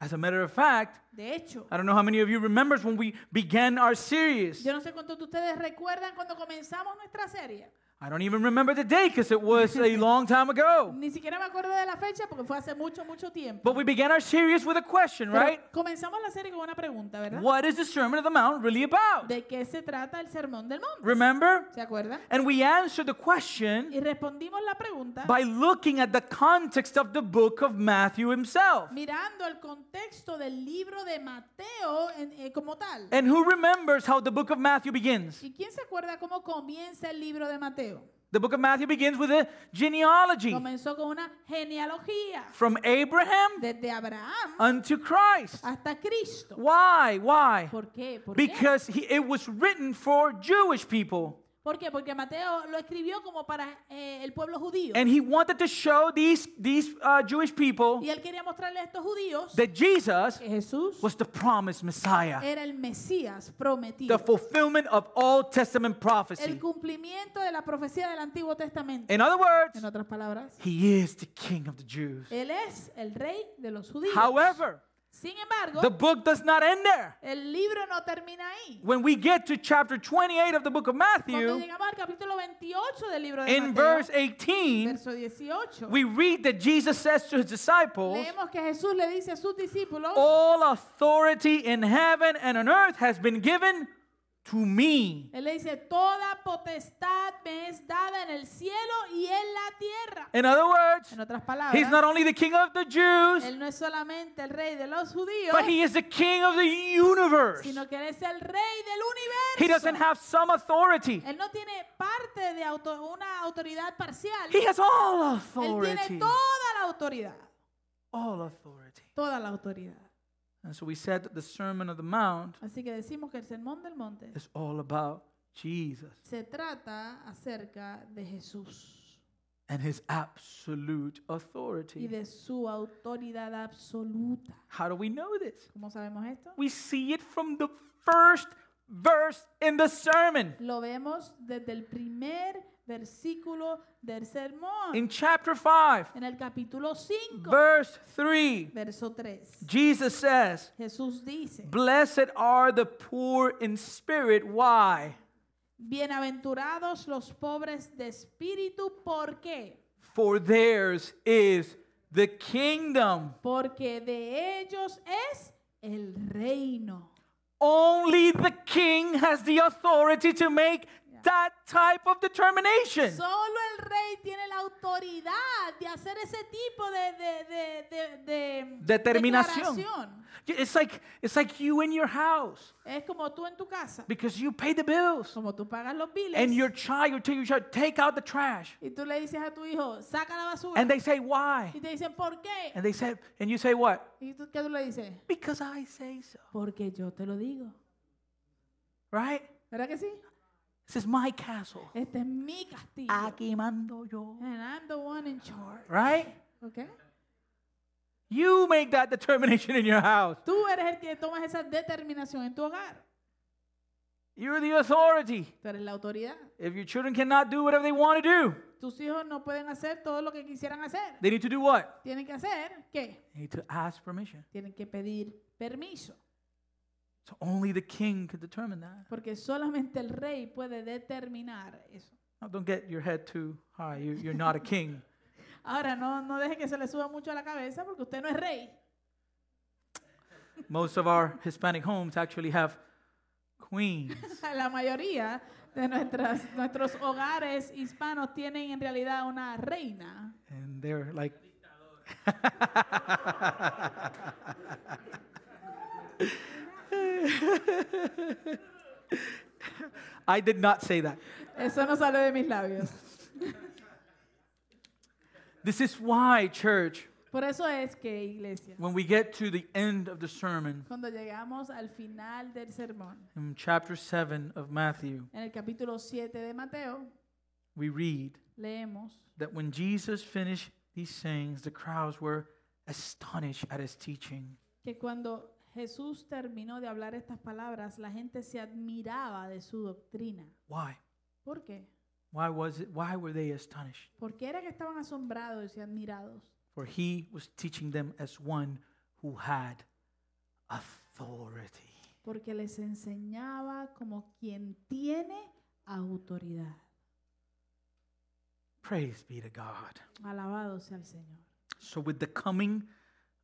A: As a matter of fact,
B: De hecho,
A: I don't know how many of you remembers when we began our series.
B: yo no sé cuántos de ustedes recuerdan cuando comenzamos nuestra serie.
A: I don't even remember the day because it was a long time ago.
B: Ni siquiera me acuerdo de la fecha porque fue hace mucho, mucho tiempo.
A: But we began our series with a question,
B: Pero
A: right?
B: comenzamos la serie con una pregunta, ¿verdad?
A: What is the Sermon of the Mount really about?
B: ¿De qué se trata el Sermón del Monte?
A: Remember?
B: ¿Se acuerdan?
A: And we answered the question
B: Y respondimos la pregunta
A: by looking at the context of the book of Matthew himself.
B: mirando el contexto del libro de Mateo en- eh, como tal.
A: And who remembers how the book of Matthew begins?
B: ¿Y quién se acuerda cómo comienza el libro de Mateo?
A: The book of Matthew begins with a genealogy
B: Comenzó con una genealogía
A: from Abraham
B: desde Abraham
A: unto Christ.
B: hasta Cristo.
A: Why? Why?
B: ¿Por qué? ¿Por qué?
A: Because he, it was written for Jewish people.
B: ¿Por qué? Porque Mateo lo escribió como para eh, el pueblo judío.
A: And he wanted to show these, these uh, Jewish people
B: Y él quería mostrarle a estos judíos
A: that Jesus
B: que Jesús
A: was the promised Messiah,
B: era el Mesías
A: the
B: prometido,
A: fulfillment of Old Testament
B: el
A: prophecy.
B: cumplimiento de la profecía del Antiguo Testamento.
A: In other words,
B: En otras palabras,
A: he is the King of the Jews.
B: él es el rey de los judíos.
A: However,
B: Sin embargo,
A: the book does not end there.
B: el libro no termina ahí.
A: When we get to chapter 28 of the book of
B: Cuando
A: Matthew,
B: llegamos al capítulo 28 del libro de
A: in
B: Mateo,
A: verse 18,
B: verso 18,
A: we read that Jesus says to his disciples,
B: leemos que Jesús le dice a sus discípulos,
A: All authority in heaven and on earth has been given to me.
B: él le dice, toda potestad me es dada en el cielo y en la tierra.
A: In other words,
B: En otras
A: he's not
B: palabras,
A: only the king of the Jews,
B: él no es solamente el rey de los judíos,
A: but he is the king of the universe.
B: sino que él es el rey
A: He
B: del universo.
A: doesn't have some authority,
B: Él no tiene parte de auto- una autoridad parcial.
A: he has all
B: Él tiene
A: authority.
B: toda la autoridad.
A: All authority.
B: Toda la autoridad.
A: And so we said that the Sermon of the Mount
B: Así que decimos que el sermón del monte
A: is all about Jesus
B: se trata acerca de Jesús
A: and his absolute
B: y
A: authority.
B: de su autoridad absoluta.
A: How do we know this?
B: ¿Cómo sabemos esto?
A: We see it from the first verse in the sermon.
B: Lo vemos desde el primer versículo del sermón,
A: In chapter 5,
B: en el capítulo 5,
A: verse 3,
B: verso 3.
A: Jesus says,
B: Jesús dice,
A: Blessed are the poor in spirit. Why?
B: Bienaventurados los pobres de espíritu, ¿por qué?
A: for theirs is the kingdom.
B: Porque de ellos es el reino.
A: Only the king has the authority to make that type of determination.
B: Solo el rey tiene la autoridad de hacer ese tipo de, de- de- de- de
A: Determinación.
B: declaración.
A: It's like it's like you in your house
B: Es como tú en tu casa,
A: because you pay the bills
B: como tú pagas los biles
A: and your child you tell your child take out the trash
B: y tú le dices a tu hijo, saca la basura.
A: and they say why
B: y te dicen, ¿por qué?
A: and they say and you say what
B: ¿Y tú, qué tú le dices?
A: because I say so
B: Porque yo te lo digo.
A: right
B: ¿Verdad que sí?
A: this is my castle
B: Este es mi castillo.
A: aquí mando yo
B: And I'm the one in charge.
A: right
B: ¿Ok?
A: you make that determination in your house
B: Tú eres el que tomas esa determinación en tu hogar.
A: you're the authority
B: Tú eres la autoridad.
A: If your children cannot do whatever they want to do,
B: Tus hijos no pueden hacer todo lo que quisieran hacer.
A: they need to do what?
B: Tienen que hacer, ¿qué?
A: They need to ask permission.
B: Tienen que pedir permiso.
A: So only the king could determine that.
B: Porque solamente el rey puede determinar eso.
A: Now, don't get your head too high. You, you're not a king.
B: Ahora, no, no deje que se le suba mucho a la cabeza porque usted no es rey.
A: Most of our Hispanic homes actually have queens.
B: La mayoría de nuestras, nuestros hogares hispanos tienen en realidad una reina.
A: And they're like. I did not say that.
B: Eso no sale de mis labios.
A: This is why, church,
B: Por eso es que, iglesia,
A: when we get to the end of the sermon,
B: cuando llegamos al final del sermón,
A: in chapter 7 of Matthew,
B: en el capítulo 7 de Mateo,
A: we read
B: leemos
A: that when Jesus finished these sayings, the crowds were astonished at his teaching.
B: que cuando Jesús terminó de hablar estas palabras, la gente se admiraba de su doctrina.
A: Why?
B: ¿Por qué?
A: Why was it? Why were they astonished?
B: Porque era que estaban asombrados y admirados.
A: For he was teaching them as one who had authority.
B: Porque les enseñaba como quien tiene autoridad.
A: Praise be to God.
B: Alabado sea el Señor.
A: So, with the coming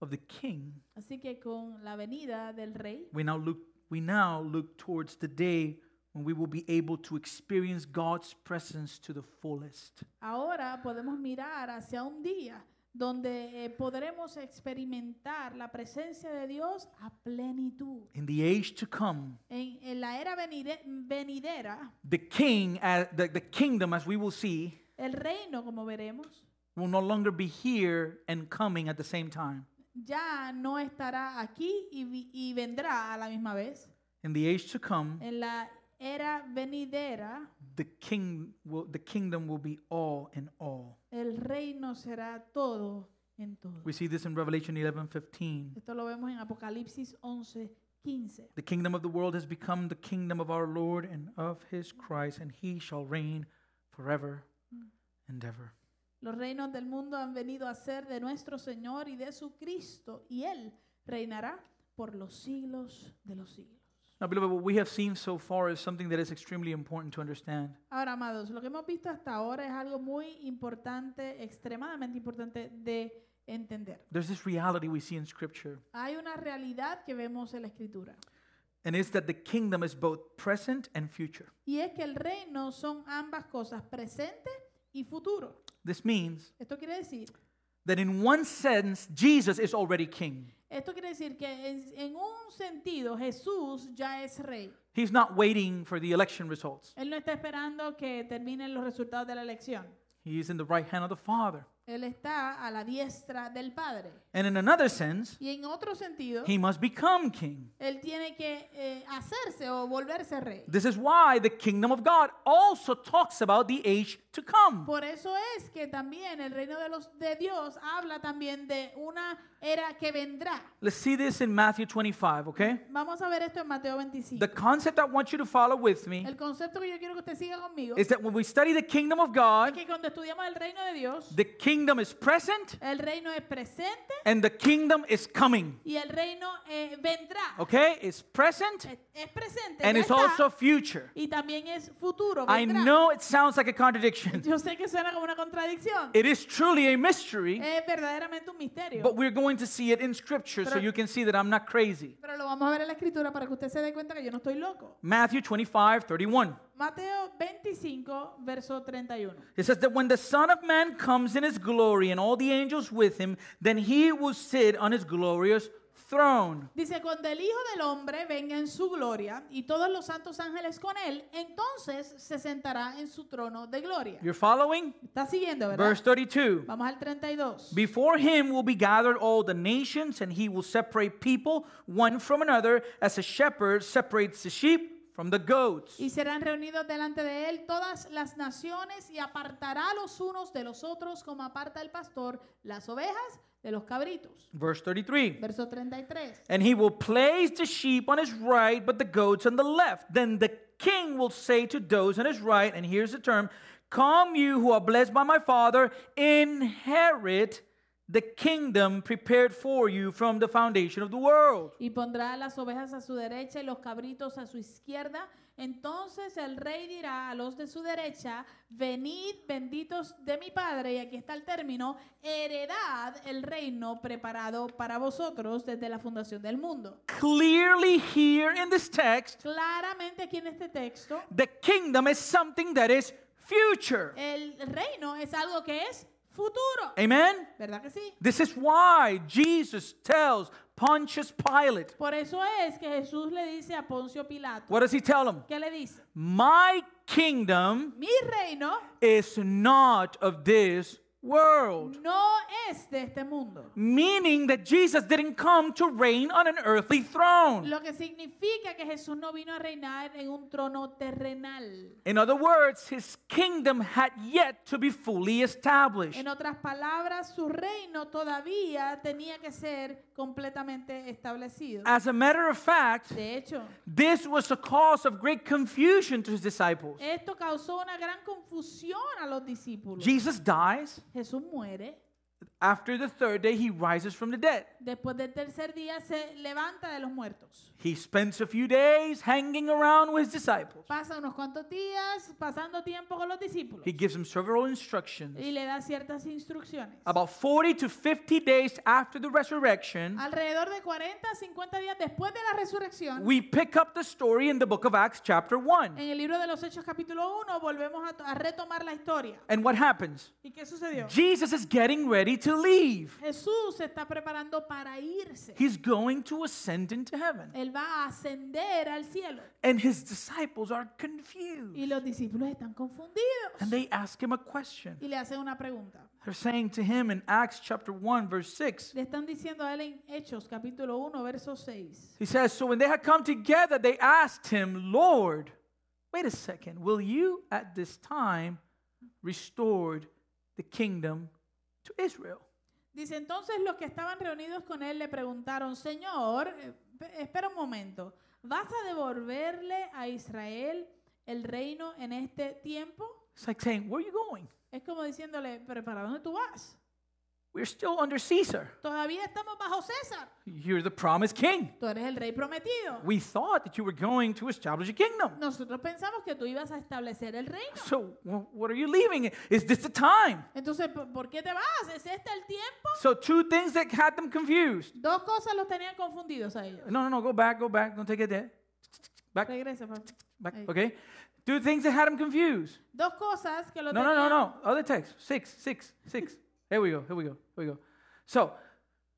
A: of the king,
B: Así que con la venida del rey,
A: we now look we now look towards the day when we will be able to experience God's presence to the fullest.
B: ahora podemos mirar hacia un día donde eh, podremos experimentar la presencia de Dios a plenitud.
A: In the age to come,
B: En, en la era venide- venidera,
A: the king uh, the, the kingdom as we will see
B: el reino, como veremos,
A: will no longer be here and coming at the same time
B: ya no estará aquí y, vi- y vendrá a la misma vez.
A: in the age to come
B: En la era venidera,
A: the king will the kingdom will be all in all
B: el reino será todo en todo.
A: we see this in revelation 11 15
B: Esto lo vemos en Apocalipsis 11, 15.
A: the kingdom of the world has become the kingdom of our lord and of his christ and he shall reign forever and ever
B: Los reinos del mundo han venido a ser de nuestro Señor y de su Cristo, y Él reinará por los siglos de los siglos.
A: now beloved what we have seen so far is something that is extremely important to understand
B: Ahora, amados, lo que hemos visto hasta ahora es algo muy importante, extremadamente importante de entender.
A: there's this reality we see in scripture
B: Hay una realidad que vemos en la Escritura,
A: and it's that the kingdom is both present and future
B: y es que el reino son ambas cosas, presente y futuro.
A: This means
B: Esto quiere decir,
A: that in one sense, Jesus is already king.
B: esto quiere decir que en, en un sentido Jesús ya es rey.
A: He's not waiting for the election results.
B: Él no está esperando que terminen los resultados de la elección.
A: He is in the right hand of the Father.
B: Él está a la diestra del Padre.
A: And in another sense,
B: Y en otro sentido,
A: he must become king.
B: él tiene que eh, hacerse o volverse rey.
A: This is why the kingdom of God also talks about the age to come.
B: Por eso es que también el reino de los de Dios habla también de una era que vendrá.
A: Let's see this in Matthew 25, okay?
B: Vamos a ver esto en Mateo
A: The
B: 25.
A: concept I want you to follow with me
B: El concepto que yo quiero que usted siga conmigo
A: is
B: es
A: that when we study the kingdom of God,
B: que cuando estudiamos el reino de Dios,
A: the kingdom is present
B: el reino es presente
A: and the kingdom is coming.
B: y el reino eh, vendrá.
A: Okay? It's present
B: Es, es presente
A: and
B: ya
A: it's
B: está,
A: also future.
B: y también es futuro.
A: I
B: vendrá.
A: know it sounds like a contradiction.
B: Yo sé que suena como una contradicción.
A: It is truly a mystery,
B: Es verdaderamente un misterio.
A: but we're going to see it in scripture so
B: Pero-
A: you can see that I'm not crazy.
B: Pero lo vamos a ver en la escritura para que usted se dé cuenta que yo no estoy loco.
A: Matthew 25, 31.
B: Mateo 25, verso 31.
A: It says that when the Son of Man comes in his glory and all the angels with him, then he will sit on his glorious throne.
B: Dice, cuando el Hijo del Hombre venga en su gloria y todos los santos ángeles con él, entonces se sentará en su trono de gloria.
A: You're following?
B: Está siguiendo, ¿verdad?
A: Verse 32.
B: Vamos al 32.
A: Before him will be gathered all the nations, and he will separate people one from another, as a shepherd separates the sheep from the goats.
B: Y serán reunidos delante de él todas las naciones y apartará los unos de los otros como aparta el pastor las ovejas de los cabritos.
A: Verse 33.
B: Verso 33.
A: And he will place the sheep on his right, but the goats on the left. Then the king will say to those on his right, and here's the term Come, you who are blessed by my father, inherit the kingdom prepared for you from the foundation of the world.
B: Y pondrá las ovejas a su derecha y los cabritos a su izquierda. Entonces el rey dirá a los de su derecha, venid benditos de mi padre, y aquí está el término, heredad el reino preparado para vosotros desde la fundación del mundo.
A: Clearly, here in this text,
B: Claramente aquí en este texto,
A: the kingdom is something that is future.
B: el reino es algo que es futuro.
A: Amen?
B: ¿Verdad que sí?
A: This is why Jesus tells Pontius Pilate,
B: Por eso es que Jesús le dice a Poncio Pilato,
A: what does he tell him?
B: ¿qué le dice?
A: My kingdom
B: Mi reino
A: is not of this world.
B: no es de este mundo.
A: Meaning that Jesus didn't come to reign on an earthly throne.
B: Lo que significa que Jesús no vino a reinar en un trono terrenal.
A: In other words, his kingdom had yet to be fully established.
B: En otras palabras, su reino todavía tenía que ser completamente establecido.
A: As a matter of fact,
B: De hecho,
A: this was a cause of great confusion to his disciples.
B: esto causó una gran confusión a los discípulos.
A: Jesus dies.
B: Jesús muere.
A: After the third day, he rises from the dead.
B: Después del tercer día se levanta de los muertos.
A: He spends a few days hanging around with his disciples.
B: Pasa unos cuantos días pasando tiempo con los discípulos
A: He gives them several instructions.
B: y le da ciertas instrucciones.
A: About 40 to 50 days after the resurrection,
B: Alrededor de 40 a 50 días después de la resurrección,
A: we pick up the story in the book of Acts, chapter 1.
B: En el libro de los Hechos capítulo 1 volvemos a, to- a retomar la historia.
A: And what happens?
B: ¿Y qué sucedió?
A: Jesus is getting ready to leave.
B: Jesús se está preparando para irse.
A: He's going to ascend into heaven.
B: Él va a ascender al cielo.
A: And his disciples are confused.
B: Y los discípulos están
A: And
B: confundidos.
A: they ask him a question.
B: Y le hacen una pregunta.
A: They're saying to him in Acts, chapter 1, verse 6,
B: Le están diciendo a él en Hechos capítulo 1 verso 6.
A: he says, So when they had come together, they asked him, Lord, wait a second, will you at this time restore the kingdom to Israel?
B: Dice entonces los que estaban reunidos con él le preguntaron, Señor, eh, pe- espera un momento, ¿vas a devolverle a Israel el reino en este tiempo?
A: It's like saying, Where are you going?
B: Es como diciéndole, pero ¿para dónde tú vas?
A: We're still under Caesar.
B: Todavía estamos bajo César.
A: You're the promised king.
B: Tú eres el rey prometido.
A: We thought that you were going to establish a kingdom.
B: Nosotros pensamos que tú ibas a establecer el reino.
A: So, wh- what are you leaving? Is this the time?
B: Entonces, ¿por por qué te vas? ¿Es este el tiempo?
A: So, two things that had them confused.
B: Dos cosas los tenían confundidos a ellos.
A: No, no, no, go back, go back. Don't take it there. Back,
B: Regresa, papá.
A: back.
B: Ahí.
A: Okay? Two things that had them confused.
B: Dos cosas que los
A: No, no,
B: tenían.
A: no, no. Other text. Six, six, six. Here we go, here we go, here we go. So,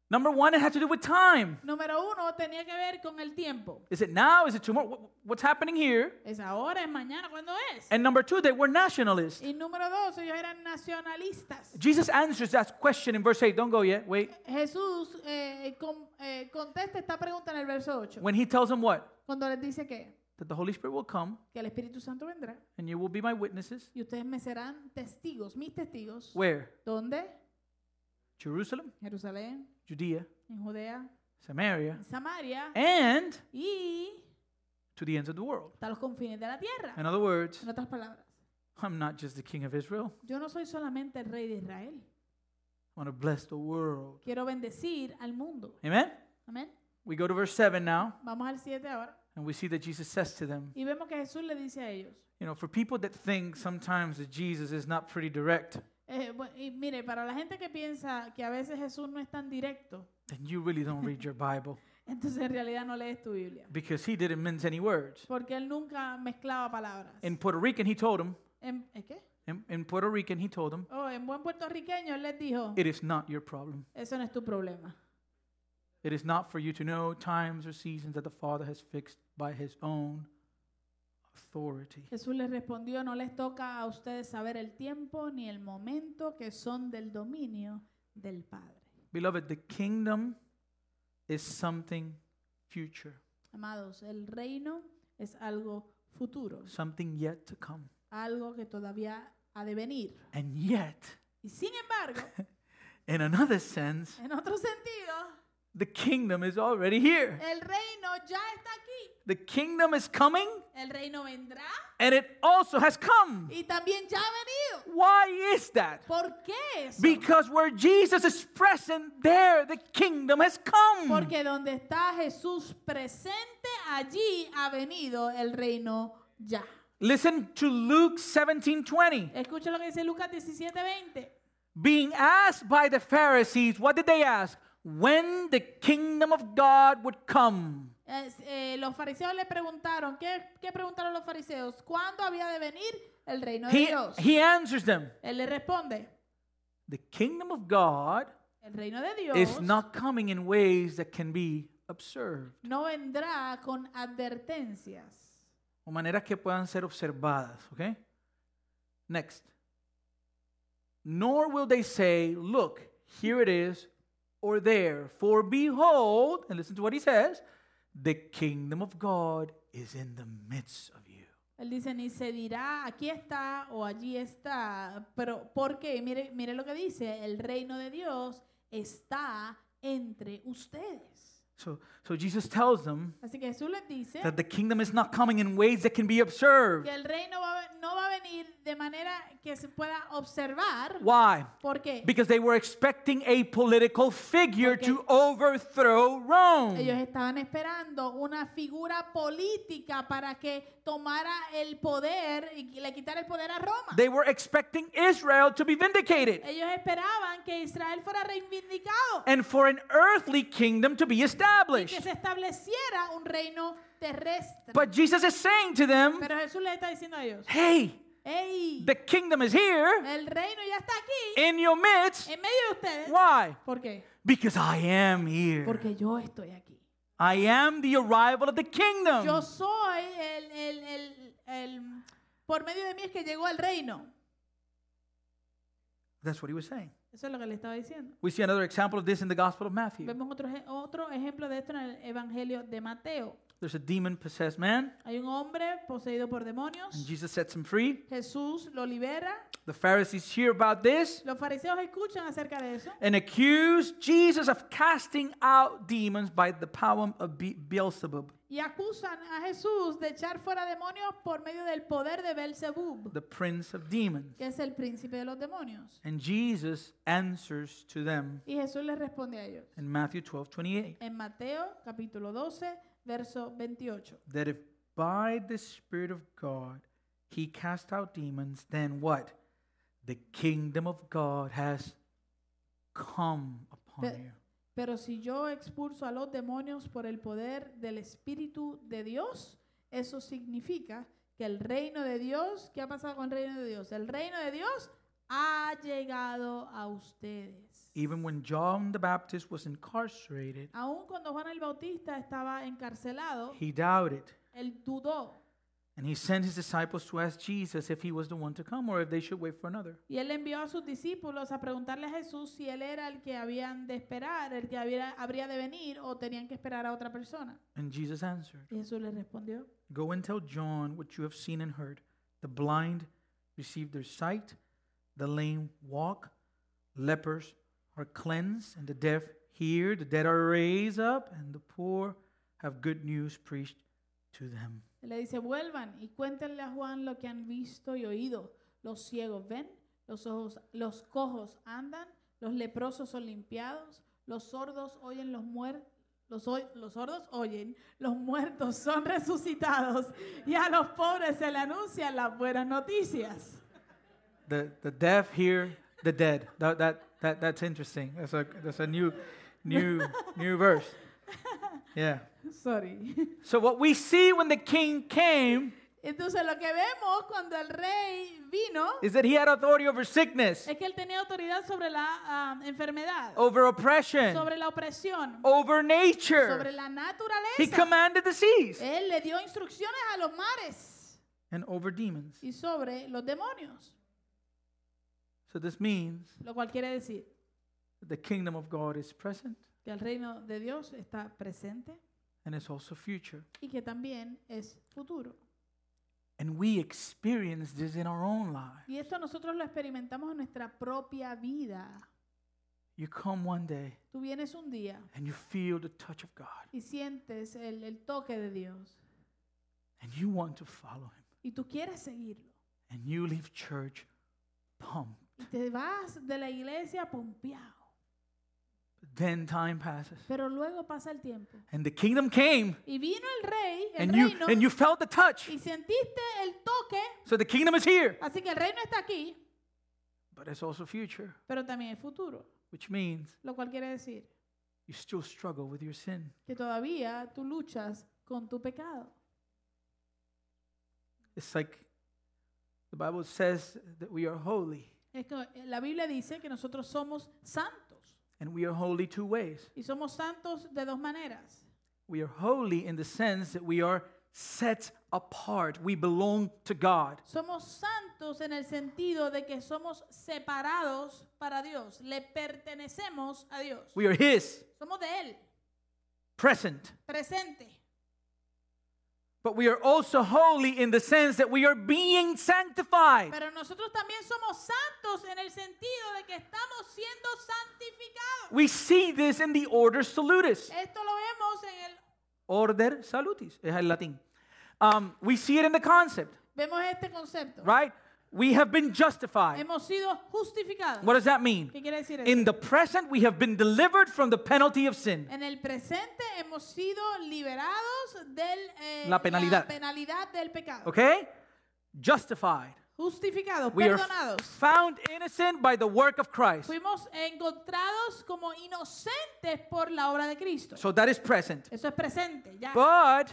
A: number one, it had to do with time.
B: Número uno tenía que ver con el tiempo.
A: Is it now? Is it tomorrow? Wh- What's happening here?
B: ¿Es ahora? ¿Es mañana? ¿Cuándo es?
A: And number two, they were nationalists.
B: Y número dos, ellos eran nacionalistas.
A: Jesus answers that question in verse 8. Don't go yet. Wait.
B: Jesús eh, com- eh, contesta esta pregunta en el verso 8.
A: When he tells them what?
B: Cuando les dice que
A: that the Holy Spirit will come
B: que el Espíritu Santo vendrá
A: and you will be my witnesses.
B: y ustedes me serán testigos, mis testigos.
A: Where?
B: ¿Dónde?
A: Jerusalem,
B: Jerusalén,
A: Judea,
B: en Judea,
A: Samaria,
B: en Samaria
A: and
B: y
A: to the ends of the world.
B: hasta los confines de la tierra.
A: In other words,
B: En otras palabras,
A: I'm not just the king of Israel.
B: yo no soy solamente el rey de Israel.
A: I want to bless the world.
B: Quiero bendecir al mundo.
A: Amen?
B: Amén.
A: We go to verse 7 now,
B: Vamos al 7 ahora.
A: and we see that Jesus says to them,
B: Y vemos que Jesús le dice a ellos.
A: you know, for people that think sometimes that Jesus is not pretty direct,
B: eh, bu- y mire, para la gente que piensa que a veces Jesús no es tan directo,
A: then you really don't read your Bible
B: entonces en realidad no lees tu Biblia.
A: because he didn't mince any words.
B: Porque él nunca mezclaba palabras.
A: In Puerto Rican, he told them,
B: En- ¿eh, qué?
A: in, in Puerto Rican, he told them,
B: Oh, en buen puertorriqueño él les dijo,
A: it is not your problem.
B: eso no es tu problema.
A: It is not for you to know times or seasons that the Father has fixed by his own authority.
B: Jesús les respondió, no les toca a ustedes saber el tiempo ni el momento que son del dominio del Padre.
A: Beloved, the kingdom is something future,
B: Amados, el reino es algo futuro,
A: something yet to come.
B: algo que todavía ha de venir.
A: And yet,
B: Y sin embargo,
A: in another sense,
B: en otro sentido,
A: the kingdom is already here.
B: el reino ya está aquí.
A: The kingdom is coming
B: El reino vendrá
A: and it also has come.
B: y también ya ha venido.
A: Why is that?
B: ¿Por qué eso?
A: Because where Jesus is present, there the kingdom has come.
B: Porque donde está Jesús presente, allí ha venido el reino ya.
A: Listen to Luke 17 20.
B: Escucha lo que dice Lucas 17:20.
A: Being asked by the Pharisees, what did they ask? When the kingdom of God would come.
B: Es, eh, los fariseos le preguntaron, ¿qué, qué preguntaron los fariseos? ¿Cuándo había de venir el reino de
A: He,
B: Dios?
A: he answers them
B: Él le responde,
A: The kingdom of God
B: el reino de Dios
A: is not coming in ways that can be observed,
B: no vendrá con advertencias.
A: o maneras que puedan ser observadas. Okay? Next. Nor will they say, Look, here it is, or there. For behold, and listen to what he says the kingdom of God is in the midst of you.
B: Él dice, ni se dirá, aquí está o allí está. Pero, ¿por qué? Mire, mire lo que dice, el reino de Dios está entre ustedes.
A: So, so Jesus tells them
B: Así que Jesús les dice
A: that the kingdom is not coming in ways that can be observed.
B: que el reino va a- no va a venir de manera que se pueda observar.
A: Why?
B: ¿Por qué?
A: Because they were expecting a political figure to overthrow
B: Ellos
A: Rome.
B: estaban esperando una figura política para que tomara el poder y le quitara el poder a Roma.
A: They were expecting Israel to be vindicated
B: Ellos esperaban que Israel fuera reivindicado,
A: and for an earthly kingdom to be
B: que
A: established.
B: se estableciera un reino terrestre.
A: But Jesus is saying to them,
B: Pero Jesús les está diciendo a ellos,
A: hey,
B: hey,
A: the kingdom is here
B: el reino ya está aquí,
A: in your midst.
B: en medio de ustedes.
A: Why?
B: ¿Por qué?
A: Because I am here.
B: Porque yo estoy aquí.
A: I am the arrival of the
B: Yo
A: kingdom.
B: soy el, el, el, el- por medio de mí es que llegó al reino.
A: That's what he was saying.
B: Eso es lo que le estaba diciendo.
A: We see another example of this in the Gospel of Matthew.
B: Vemos otro, eje- otro ejemplo de esto en el Evangelio de Mateo.
A: There's a demon possessed man,
B: Hay un hombre poseído por
A: and
B: demonios.
A: Jesus sets him free.
B: Jesús lo libera.
A: The Pharisees hear about this
B: Los fariseos escuchan acerca de eso
A: and accuse Jesus of casting out demons by the power of Be- Beelzebub,
B: y acusan a Jesús de echar fuera demonios por medio del poder de Belzebub,
A: the prince of demons.
B: que es el príncipe de los demonios.
A: And Jesus answers to them
B: Y Jesús les responde a ellos
A: in Matthew 12 28
B: en Mateo capítulo 12, verso 28.
A: that if by the Spirit of God he cast out demons, then what? The kingdom of God has come upon
B: But-
A: you.
B: Pero si yo expulso a los demonios por el poder del Espíritu de Dios, eso significa que el reino de Dios, ¿qué ha pasado con el reino de Dios? El reino de Dios ha llegado a ustedes.
A: Even when John the Baptist was incarcerated,
B: Aun cuando Juan el Bautista estaba encarcelado,
A: he doubted
B: él dudó
A: And he sent his disciples to ask Jesus if he was the one to come or if they should wait for another.
B: Y él envió a sus discípulos a preguntarle a Jesús si él era el que habían de esperar, el que había- habría de venir o tenían que esperar a otra persona.
A: And Jesus answered,
B: Y Jesús les respondió,
A: Go and tell John what you have seen and heard. The blind receive their sight, the lame walk, lepers are cleansed, and the deaf hear, the dead are raised up, and the poor have good news preached to them.
B: Él le dice, vuelvan y cuéntenle a Juan lo que han visto y oído. Los ciegos ven, los, ojos, los cojos andan, los leprosos son limpiados, los sordos oyen los muertos. Los, oy- los sordos oyen, los muertos son resucitados y a los pobres se le anuncian las buenas noticias.
A: The, the deaf hear the dead. That, that, that, that's interesting. That's a, that's a new, new, new verse. Yeah.
B: Sorry.
A: So, what we see when the king came
B: Entonces lo que vemos cuando el rey vino
A: is that he had authority over sickness,
B: es que él tenía autoridad sobre la ah, enfermedad,
A: over oppression,
B: sobre la opresión,
A: over
B: sobre
A: nature.
B: la Eh.
A: He
B: naturaleza.
A: commanded the seas
B: Él le dio instrucciones a los mares
A: and over demons.
B: y sobre los demonios,
A: So, this means
B: lo cual quiere decir
A: that the kingdom of God is present
B: que el reino de Dios está presente
A: and it's also future.
B: y que también es futuro.
A: And we experience this in our own lives.
B: Y esto nosotros lo experimentamos en nuestra propia vida.
A: You come one day
B: Tú vienes un día
A: and you feel the touch of God
B: y sientes el, el toque de Dios
A: and you want to follow him.
B: y tú quieres seguirlo
A: and you leave church pumped.
B: y te vas de la iglesia pompeado,
A: Then time passes,
B: pero luego pasa el tiempo
A: and the kingdom came,
B: y vino el rey, el
A: and you
B: reino
A: and you felt the touch.
B: y sentiste el toque,
A: So the kingdom is here,
B: así que el reino está aquí,
A: but it's also future,
B: pero también el futuro.
A: which means
B: Lo cual quiere decir
A: you still struggle with your sin.
B: que todavía tú luchas con tu pecado.
A: It's like the Bible says that we are holy,
B: Es que eh, la Biblia dice que nosotros somos santos
A: and we are holy two ways.
B: y somos santos de dos maneras.
A: We are holy in the sense that we are set apart. We belong to God.
B: Somos santos en el sentido de que somos separados para Dios, le pertenecemos a Dios.
A: We are His,
B: Somos de Él,
A: present.
B: presente.
A: But we are also holy in the sense that we are being sanctified.
B: Pero nosotros también somos santos en el sentido de que estamos siendo santificados.
A: We see this in the order salutis.
B: Esto lo vemos en el
A: Order salutis es el latín. Um, we see it in the concept,
B: vemos este concepto.
A: right? We have been justified.
B: Hemos sido justificados.
A: What does that mean?
B: ¿Qué quiere decir eso?
A: In the present, we have been delivered from the penalty of sin.
B: En el presente hemos sido liberados del, eh,
A: La penalidad.
B: penalidad del pecado.
A: Okay? Justified.
B: Justificados,
A: We are
B: perdonados.
A: found innocent by the work of Christ.
B: Fuimos encontrados como inocentes por la obra de Cristo.
A: So that is present.
B: Eso es presente, ya.
A: But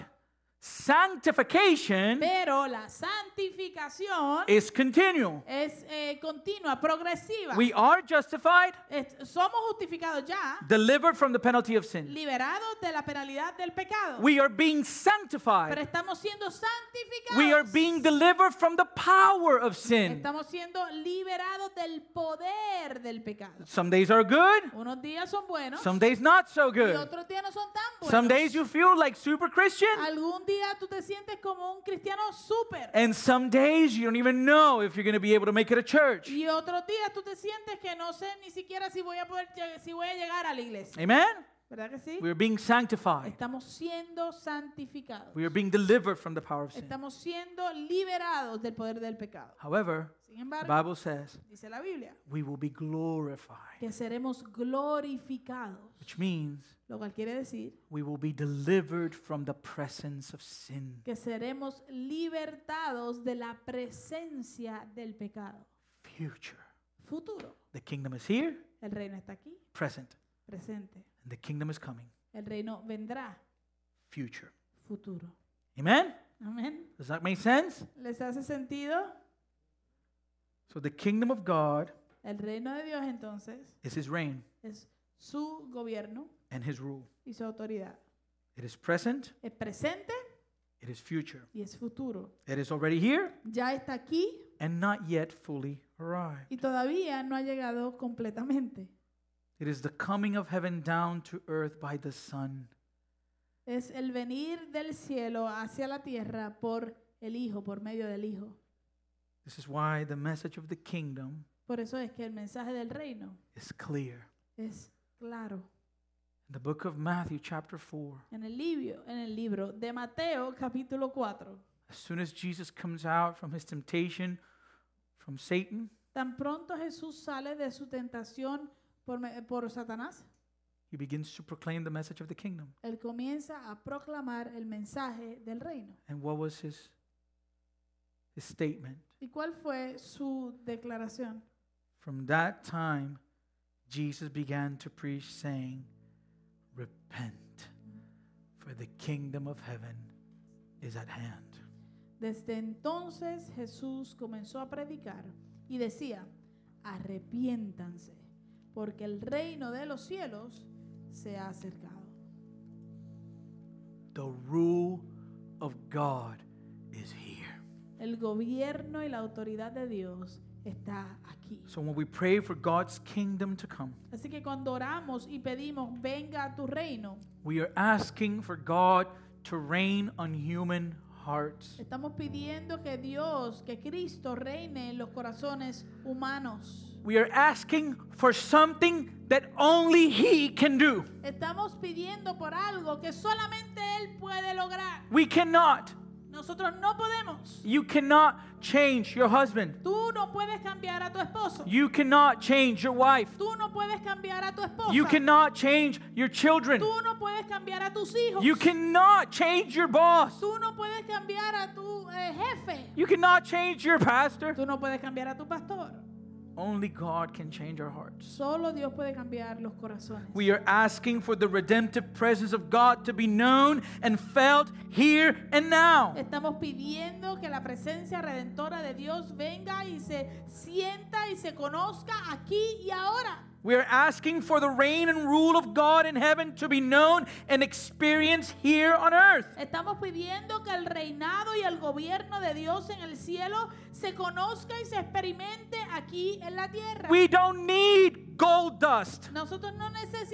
A: sanctification
B: Pero la santificación
A: is continual.
B: es eh, continua, progresiva.
A: We are justified,
B: Es- somos justificados ya,
A: delivered from the penalty of sin.
B: liberados de la penalidad del pecado.
A: We are being sanctified.
B: pero estamos siendo santificados.
A: We are being delivered from the power of sin.
B: Estamos siendo liberados del poder del pecado.
A: Some days are good,
B: Unos días son buenos
A: some days not so
B: y
A: good.
B: otros días no son tan buenos.
A: Some days you feel like super Christian,
B: Algún día tú te sientes como un cristiano súper
A: and some days you don't even know if you're going to be able to make it a church.
B: y otros días tú te sientes que no sé ni siquiera si voy a poder lleg- si voy a llegar a la iglesia.
A: Amen?
B: ¿Verdad que sí?
A: We are being sanctified.
B: Estamos siendo santificados.
A: We are being delivered from the power of sin.
B: Estamos siendo liberados del poder del pecado.
A: However,
B: Sin
A: the
B: embargo,
A: Bible says
B: dice la Biblia
A: we will be glorified,
B: que seremos glorificados,
A: which means
B: lo cual quiere decir
A: we will be delivered from the presence of sin,
B: que seremos libertados de la presencia del pecado.
A: future.
B: Futuro.
A: The kingdom is here,
B: El reino está aquí,
A: present,
B: presente.
A: and the kingdom is coming,
B: El reino vendrá,
A: future.
B: futuro.
A: Amen?
B: Amén.
A: Does that make sense?
B: ¿Les hace sentido?
A: So the kingdom of God
B: El reino de Dios entonces
A: is his reign
B: es su gobierno
A: and his rule.
B: y su autoridad.
A: It is present
B: Es presente
A: It is future.
B: y es futuro.
A: It is already here
B: Ya está aquí
A: and not yet fully arrived.
B: y todavía no ha llegado completamente.
A: It is the coming of heaven down to earth by the Son.
B: Es el venir del cielo hacia la tierra por el Hijo, por medio del Hijo.
A: This is why the message of the kingdom
B: Por eso es que el mensaje del reino
A: is clear.
B: es claro.
A: In the book of Matthew, chapter 4,
B: En el libro, en el libro de Mateo capítulo 4,
A: as soon as Jesus comes out from his temptation from Satan,
B: tan pronto Jesús sale de su tentación por, me- por Satanás,
A: he begins to proclaim the message of the kingdom.
B: él comienza a proclamar el mensaje del reino.
A: And what was his, his statement?
B: ¿Y cuál fue su declaración?
A: From that time, Jesus began to preach, saying, Repent, for the kingdom of heaven is at hand.
B: Desde entonces Jesús comenzó a predicar y decía, arrepiéntanse, porque el reino de los cielos se ha acercado.
A: The rule of God is here.
B: El gobierno y la autoridad de Dios está aquí.
A: So when we pray for God's kingdom to come,
B: Así que cuando oramos y pedimos, venga a tu reino,
A: we are asking for God to reign on human hearts.
B: estamos pidiendo que Dios, que Cristo reine en los corazones humanos.
A: We are asking for something that only He can do.
B: Estamos pidiendo por algo que solamente Él puede lograr.
A: We cannot.
B: Nosotros no podemos.
A: You cannot change your husband.
B: Tú no puedes cambiar a tu esposo.
A: You cannot change your wife.
B: Tú no puedes cambiar a tu esposa.
A: You cannot change your children.
B: Tú no puedes cambiar a tus hijos.
A: You cannot change your boss.
B: Tú no puedes cambiar a tu eh, jefe.
A: You cannot change your pastor.
B: Tú no puedes cambiar a tu pastor.
A: Only God can change our hearts.
B: Solo Dios puede cambiar los corazones.
A: We are asking for the redemptive presence of God to be known and felt here and now.
B: Estamos pidiendo que la presencia redentora de Dios venga y se sienta y se conozca aquí y ahora.
A: We are asking for the reign and rule of God in heaven to be known and experienced here on earth.
B: Estamos pidiendo que el reinado y el gobierno de Dios en el cielo se conozca y se experimente aquí en la tierra.
A: We don't need gold dust.
B: Nosotros no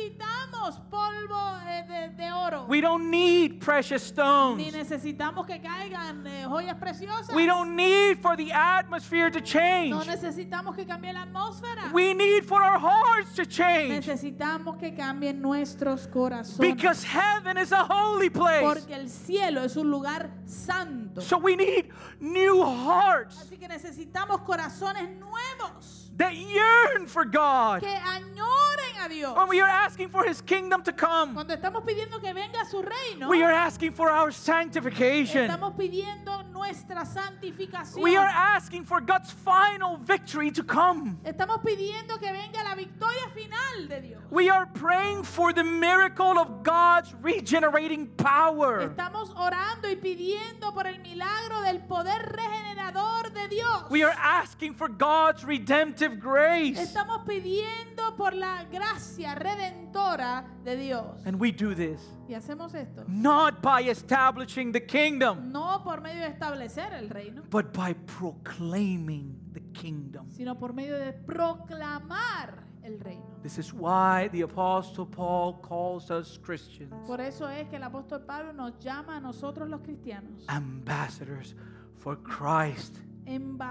B: necesitamos polvo eh, de, de oro.
A: We don't need precious
B: ni
A: stones.
B: necesitamos que caigan eh, joyas preciosas.
A: We don't need for the atmosphere to
B: no
A: change.
B: necesitamos que cambie la atmósfera.
A: We need for our hearts to change.
B: necesitamos que cambien nuestros corazones.
A: Because heaven is a holy place.
B: porque el cielo es un lugar santo.
A: So we need new hearts
B: Así que necesitamos corazones nuevos
A: that yearn for God.
B: que añoren a Dios.
A: When we are asking for his kingdom to come,
B: Cuando estamos pidiendo que venga su reino,
A: we are asking for our sanctification.
B: estamos pidiendo nuestra santificación.
A: We are asking for God's final victory to come.
B: Estamos pidiendo que venga la victoria final de Dios.
A: We are praying for the miracle of God's regenerating power.
B: Estamos orando y pidiendo por el milagro del poder regenerador de Dios.
A: We are asking for God's redemptive grace.
B: Estamos pidiendo por la gracia redentora de Dios.
A: And we do this
B: Y hacemos esto
A: not by establishing the kingdom,
B: no por medio de establecer el reino,
A: but by proclaiming the kingdom.
B: sino por medio de proclamar el reino.
A: This is why the Apostle Paul calls us Christians
B: Por eso es que el apóstol Pablo nos llama a nosotros los cristianos
A: ambassadors for Christ.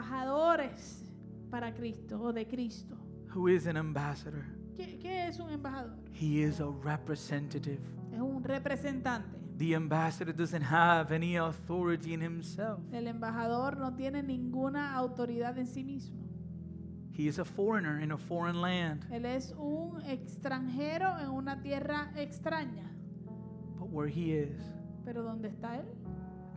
B: embajadores para Cristo o de Cristo.
A: Who is an ambassador?
B: ¿Qué, qué es un embajador?
A: He is a representative.
B: Es un representante.
A: The ambassador doesn't have any authority in himself.
B: El embajador no tiene ninguna autoridad en sí mismo.
A: He is a foreigner in a foreign land.
B: Él es un extranjero en una tierra extraña.
A: But where he is,
B: Pero ¿dónde está él?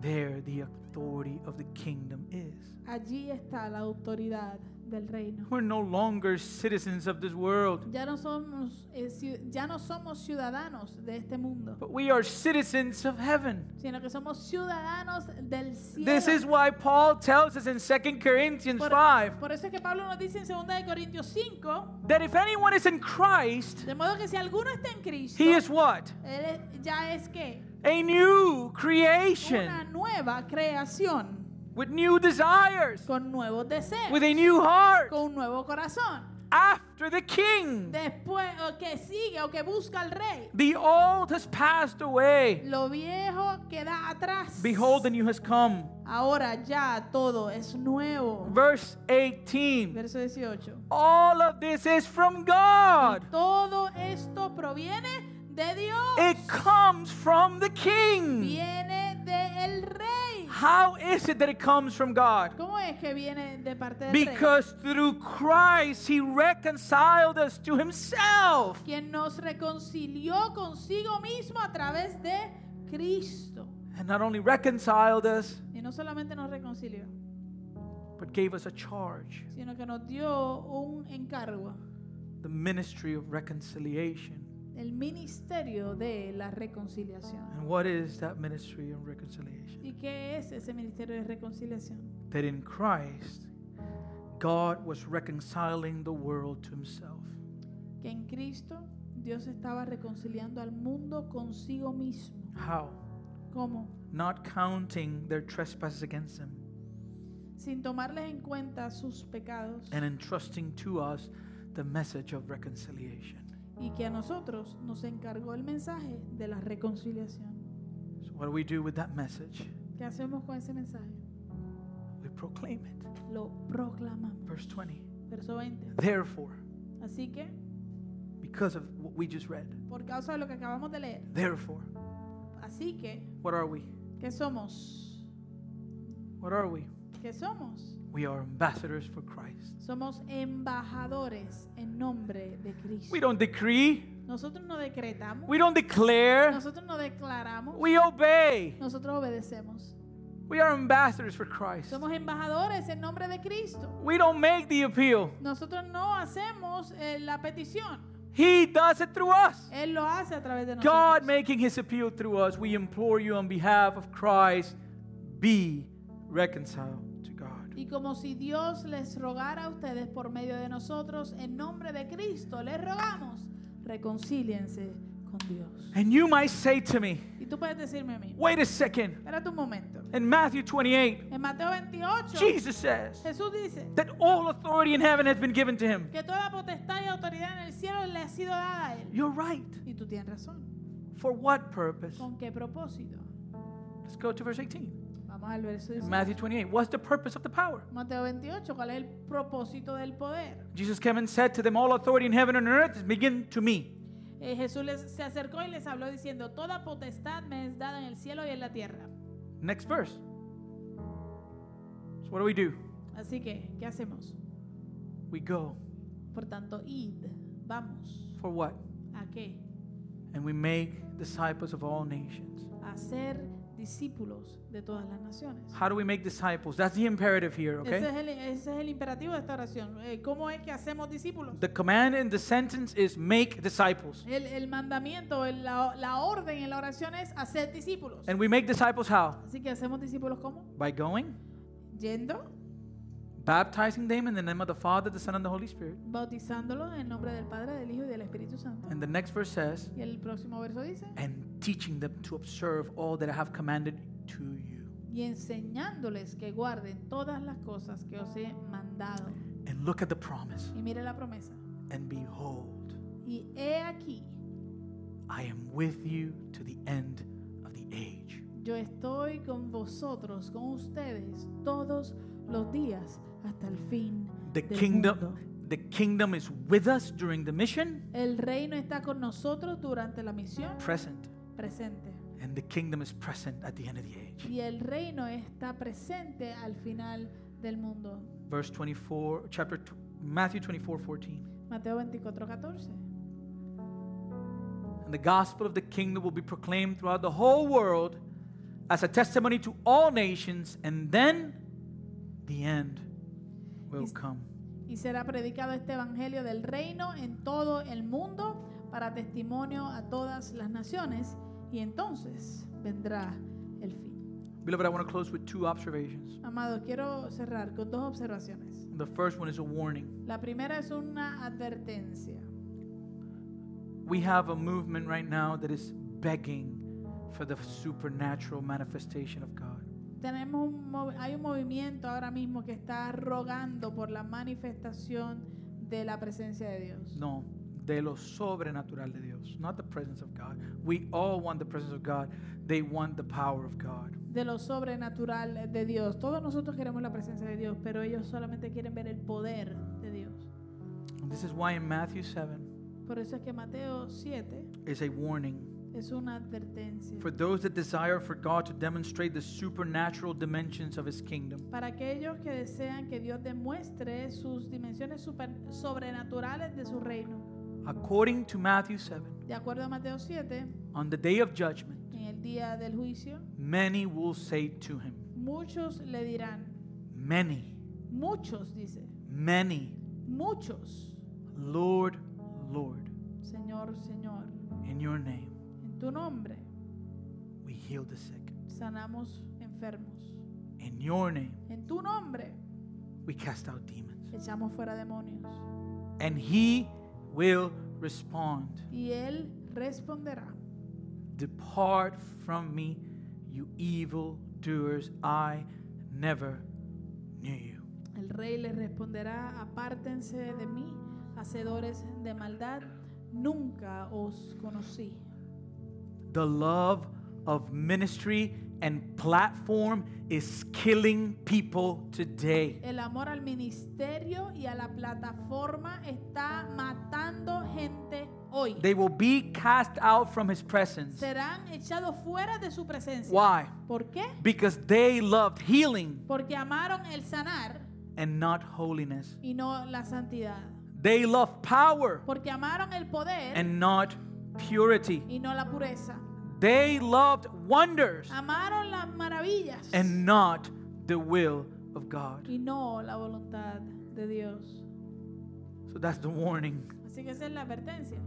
A: there the authority of the kingdom is.
B: Allí está la autoridad del reino.
A: We're no longer citizens of this world,
B: Ya no somos, eh, ciu- ya no somos ciudadanos de este mundo,
A: but we are citizens of heaven.
B: sino que somos ciudadanos del cielo.
A: This is why Paul tells us in 2 Corinthians
B: por,
A: 5
B: por eso es que Pablo nos dice en 2 de Corintios 5,
A: that if anyone is in Christ,
B: de modo que si alguno está en Cristo,
A: he is what?
B: él es- ya es que
A: a new
B: una
A: creation
B: nueva creación,
A: with new desires,
B: con nuevos deseos,
A: with a new heart
B: con un nuevo corazón.
A: after the King.
B: Después, o que sigue o que busca al rey.
A: The old has passed away.
B: Lo viejo queda atrás.
A: Behold, the new has come.
B: Ahora ya todo es nuevo.
A: Verse 18.
B: Verso 18.
A: All of this is from God.
B: Todo esto proviene de Dios.
A: It comes from the King.
B: Viene del rey.
A: How is it that it comes from God?
B: ¿Cómo es que viene de parte del rey?
A: Because through Christ he reconciled us to himself.
B: Quien nos reconcilió consigo mismo a través de Cristo.
A: And not only reconciled us,
B: Y no solamente nos reconcilió,
A: but gave us a charge
B: sino que nos dio un encargo.
A: the ministry of reconciliation.
B: El ministerio de la reconciliación.
A: And what is that ministry of reconciliation?
B: ¿Y qué es ese ministerio de reconciliación?
A: That in Christ, God was reconciling the world to himself.
B: Que en Cristo Dios estaba reconciliando al mundo consigo mismo.
A: How?
B: ¿Cómo?
A: Not counting their trespasses against them.
B: sin tomarles en cuenta sus pecados
A: and entrusting to us the message of reconciliation.
B: y que a nosotros nos encargó el mensaje de la reconciliación.
A: So, what do we do with that message?
B: ¿Qué hacemos con ese mensaje?
A: We proclaim it.
B: Lo proclamamos.
A: Verse 20.
B: Verso 20.
A: Therefore,
B: Así que,
A: because of what we just read,
B: por causa de lo que acabamos de leer,
A: therefore,
B: así que,
A: what are we?
B: ¿qué somos?
A: What are we?
B: ¿Qué somos?
A: We are ambassadors for Christ.
B: Somos embajadores en nombre de Cristo.
A: We don't decree,
B: Nosotros no decretamos,
A: we don't declare,
B: nosotros no declaramos,
A: we obey.
B: nosotros obedecemos.
A: We are ambassadors for Christ.
B: Somos embajadores en nombre de Cristo.
A: We don't make the appeal,
B: Nosotros no hacemos eh, la petición.
A: He does it through us.
B: Él lo hace a través de nosotros.
A: God making his appeal through us, we implore you on behalf of Christ, be reconciled to God.
B: y como si Dios les rogara a ustedes por medio de nosotros, en nombre de Cristo, les rogamos, reconcíliense con Dios.
A: And you might say to me,
B: Y tú puedes decirme a mí,
A: wait a second.
B: espérate un momento.
A: In Matthew 28,
B: En Mateo 28,
A: Jesus says
B: Jesús dice
A: that all authority in heaven has been given to him.
B: que toda potestad y autoridad en el cielo le ha sido dada a él.
A: You're right.
B: Y tú tienes razón.
A: For what purpose?
B: ¿Con qué propósito?
A: Let's go to verse 18.
B: Vamos al verso
A: In
B: 18.
A: Matthew 28, what's the purpose of the power?
B: Mateo 28, ¿cuál es el propósito del poder?
A: Jesus came and said to them, All authority in heaven and on earth is given to me.
B: Eh, Jesús les, se acercó y les habló diciendo, toda potestad me es dada en el cielo y en la tierra.
A: Next verse. So, what do we do?
B: Así que, ¿qué hacemos?
A: We go.
B: Por tanto, id, vamos.
A: For what?
B: ¿A qué?
A: and we make disciples of all nations.
B: A ser discípulos de todas las naciones.
A: How do we make disciples? That's the imperative here,
B: Ese,
A: okay?
B: es el, ese es el imperativo de esta oración. Eh, ¿Cómo es que hacemos discípulos?
A: The command in the sentence is make disciples.
B: El, el mandamiento, el- la, la orden en la oración es hacer discípulos.
A: And we make disciples how?
B: Así que hacemos discípulos ¿cómo?
A: By going,
B: Yendo,
A: baptizing them in the name of the Father, the Son, and the Holy Spirit.
B: bautizándolos en el nombre del Padre, del Hijo y del Espíritu Santo.
A: And the next verse says,
B: Y el próximo verso dice,
A: and teaching them to observe all that I have commanded to you.
B: y enseñándoles que guarden todas las cosas que os he mandado.
A: And look at the promise.
B: Y mire la promesa.
A: And behold,
B: Y he aquí,
A: I am with you to the end of the age.
B: yo estoy con vosotros, con ustedes, todos los días hasta el fin
A: The
B: del mundo.
A: kingdom, the kingdom is with us during the mission,
B: El reino está con nosotros durante la misión
A: present.
B: presente.
A: And the kingdom is present at the end of the age.
B: Y el reino está presente al final del mundo.
A: Verse 24, chapter tw- Matthew 24, 14.
B: Mateo 24, 14.
A: And the gospel of the kingdom will be proclaimed throughout the whole world as a testimony to all nations, and then the end will
B: Is-
A: come.
B: Y será predicado este evangelio del reino en todo el mundo para testimonio a todas las naciones y entonces vendrá el fin.
A: Beloved, I want to close with two observations.
B: Amado, quiero cerrar con dos observaciones.
A: The first one is a warning.
B: La primera es una advertencia.
A: We have a movement right now that is begging for the supernatural manifestation of God.
B: Tenemos un mov- hay un movimiento ahora mismo que está rogando por la manifestación de la presencia de Dios.
A: No, de lo sobrenatural de Dios, not the presence of God. We all want the presence of God. They want the power of God.
B: De lo sobrenatural de Dios. Todos nosotros queremos la presencia de Dios, pero ellos solamente quieren ver el poder de Dios.
A: And this is why in Matthew 7
B: Por eso es que Mateo 7
A: is a warning
B: es una advertencia.
A: for those that desire for God to demonstrate the supernatural dimensions of his kingdom.
B: Para aquellos que desean que Dios demuestre sus dimensiones super- sobrenaturales de su reino.
A: According to Matthew 7,
B: De acuerdo a Mateo 7,
A: on the day of judgment,
B: en el día del juicio,
A: many will say to him,
B: muchos le dirán,
A: Many,
B: muchos dice,
A: many,
B: muchos,
A: Lord, Lord,
B: Señor, Señor,
A: in your name
B: en tu nombre
A: we heal the sick.
B: sanamos enfermos.
A: In your name
B: En tu nombre
A: we cast out demons.
B: echamos fuera demonios.
A: And he will respond
B: Y él responderá,
A: Depart from me, you evil doers. I never knew you.
B: el rey le responderá, apártense de mí, hacedores de maldad, nunca os conocí.
A: The love of ministry and platform is killing people today.
B: El amor al ministerio y a la plataforma está matando gente hoy.
A: They will be cast out from his presence.
B: Serán echados fuera de su presencia.
A: Why?
B: ¿Por qué?
A: Because they loved healing
B: Porque amaron el sanar
A: and not holiness.
B: y no la santidad.
A: They loved power
B: Porque amaron el poder
A: and not purity.
B: y no la pureza.
A: They loved wonders
B: Amaron las maravillas
A: and not the will of God.
B: y no la voluntad de Dios.
A: So that's the warning.
B: Así que esa es la advertencia.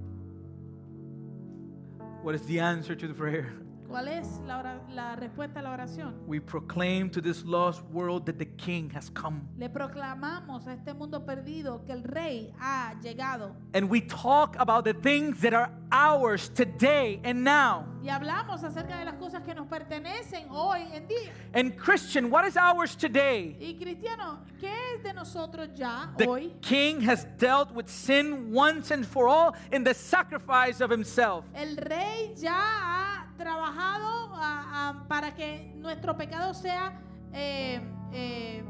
A: What is the answer to the prayer?
B: ¿Cuál es la, ora- la respuesta a la oración?
A: We proclaim to this lost world that the King has come.
B: Le proclamamos a este mundo perdido que el rey ha llegado.
A: And we talk about the things that are ours today and now.
B: Y hablamos acerca de las cosas que nos pertenecen hoy en día.
A: And Christian, what is ours today?
B: Y cristiano, ¿qué es de nosotros ya
A: The
B: hoy?
A: king has dealt with sin once and for all in the sacrifice of himself.
B: El rey ya ha trabajado ah, ah, para que nuestro pecado sea eh, eh,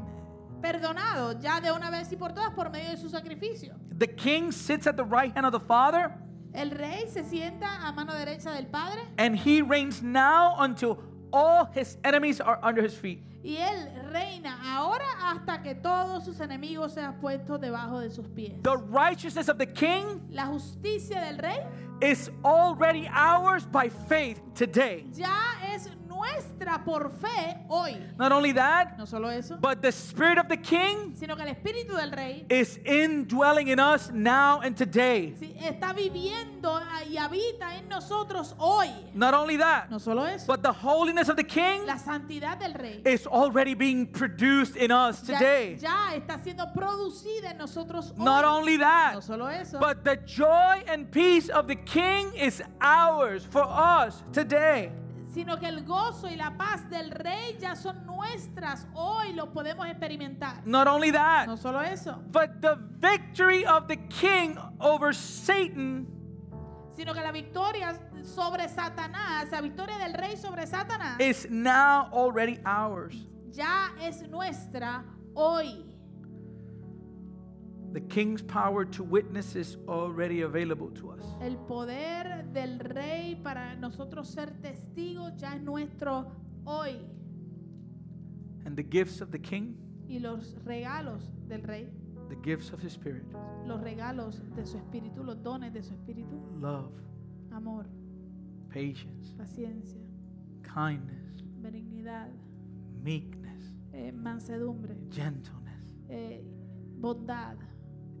B: perdonado ya de una vez y por todas por medio de su sacrificio.
A: The king sits at the right hand of the Father,
B: El rey se sienta a mano derecha del Padre
A: and he reigns now until all his enemies are under his feet.
B: y él reina ahora hasta que todos sus enemigos sean puestos debajo de sus pies.
A: The righteousness of the king
B: La justicia del rey
A: is already ours by faith today.
B: ya es nuestra por fe hoy.
A: Not only that,
B: No solo eso,
A: but the spirit of the king
B: sino que el espíritu del rey
A: is indwelling in us now and today.
B: sí, está viviendo y habita en nosotros hoy.
A: Not only that,
B: No solo eso,
A: but the holiness of the king
B: la santidad del rey
A: is already being produced in us
B: ya,
A: today.
B: ya está siendo producida en nosotros
A: Not
B: hoy.
A: only
B: No
A: that,
B: solo eso,
A: but the joy and peace of the King is ours for us today.
B: sino que el gozo y la paz del rey ya son nuestras hoy, lo podemos experimentar.
A: Not only
B: No
A: that,
B: solo eso,
A: but the victory of the King over Satan
B: sino que la victoria sobre Satanás, la victoria del rey sobre Satanás
A: is now already ours.
B: ya es nuestra hoy.
A: The King's power to witness is already available to us.
B: El poder del rey para nosotros ser testigos ya es nuestro hoy.
A: And the gifts of the King,
B: Y los regalos del rey,
A: the gifts of His Spirit,
B: los regalos de su espíritu, los dones de su espíritu,
A: love,
B: amor,
A: patience,
B: paciencia,
A: kindness,
B: benignidad,
A: meekness,
B: eh, mansedumbre,
A: gentleness
B: eh, bondad,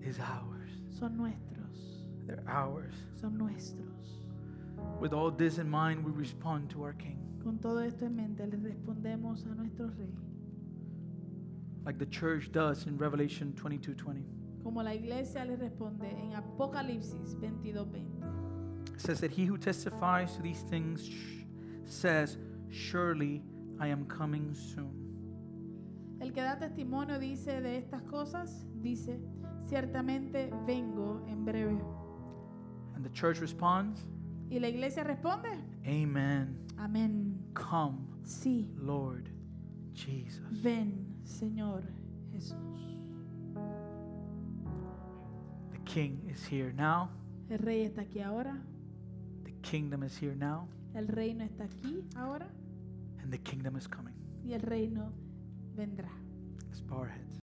A: is ours.
B: son nuestros,
A: They're ours.
B: son nuestros.
A: With all this in mind, we respond to our King.
B: Con todo esto en mente les respondemos a nuestro rey,
A: like the church does in Revelation 22:20.
B: como la iglesia les responde en Apocalipsis 22:20.
A: It says that he who testifies to these things sh- says, Surely I am coming soon.
B: El que da testimonio dice de estas cosas, dice, ciertamente vengo en breve.
A: And the church responds,
B: Y la iglesia responde,
A: Amen.
B: amén.
A: Come,
B: Sí,
A: Lord Jesus.
B: ven, Señor Jesús.
A: The King is here now.
B: El rey está aquí ahora,
A: The kingdom is here now.
B: el reino está aquí ahora
A: And the kingdom is coming.
B: y el reino vendrá.
A: Let's bow our heads.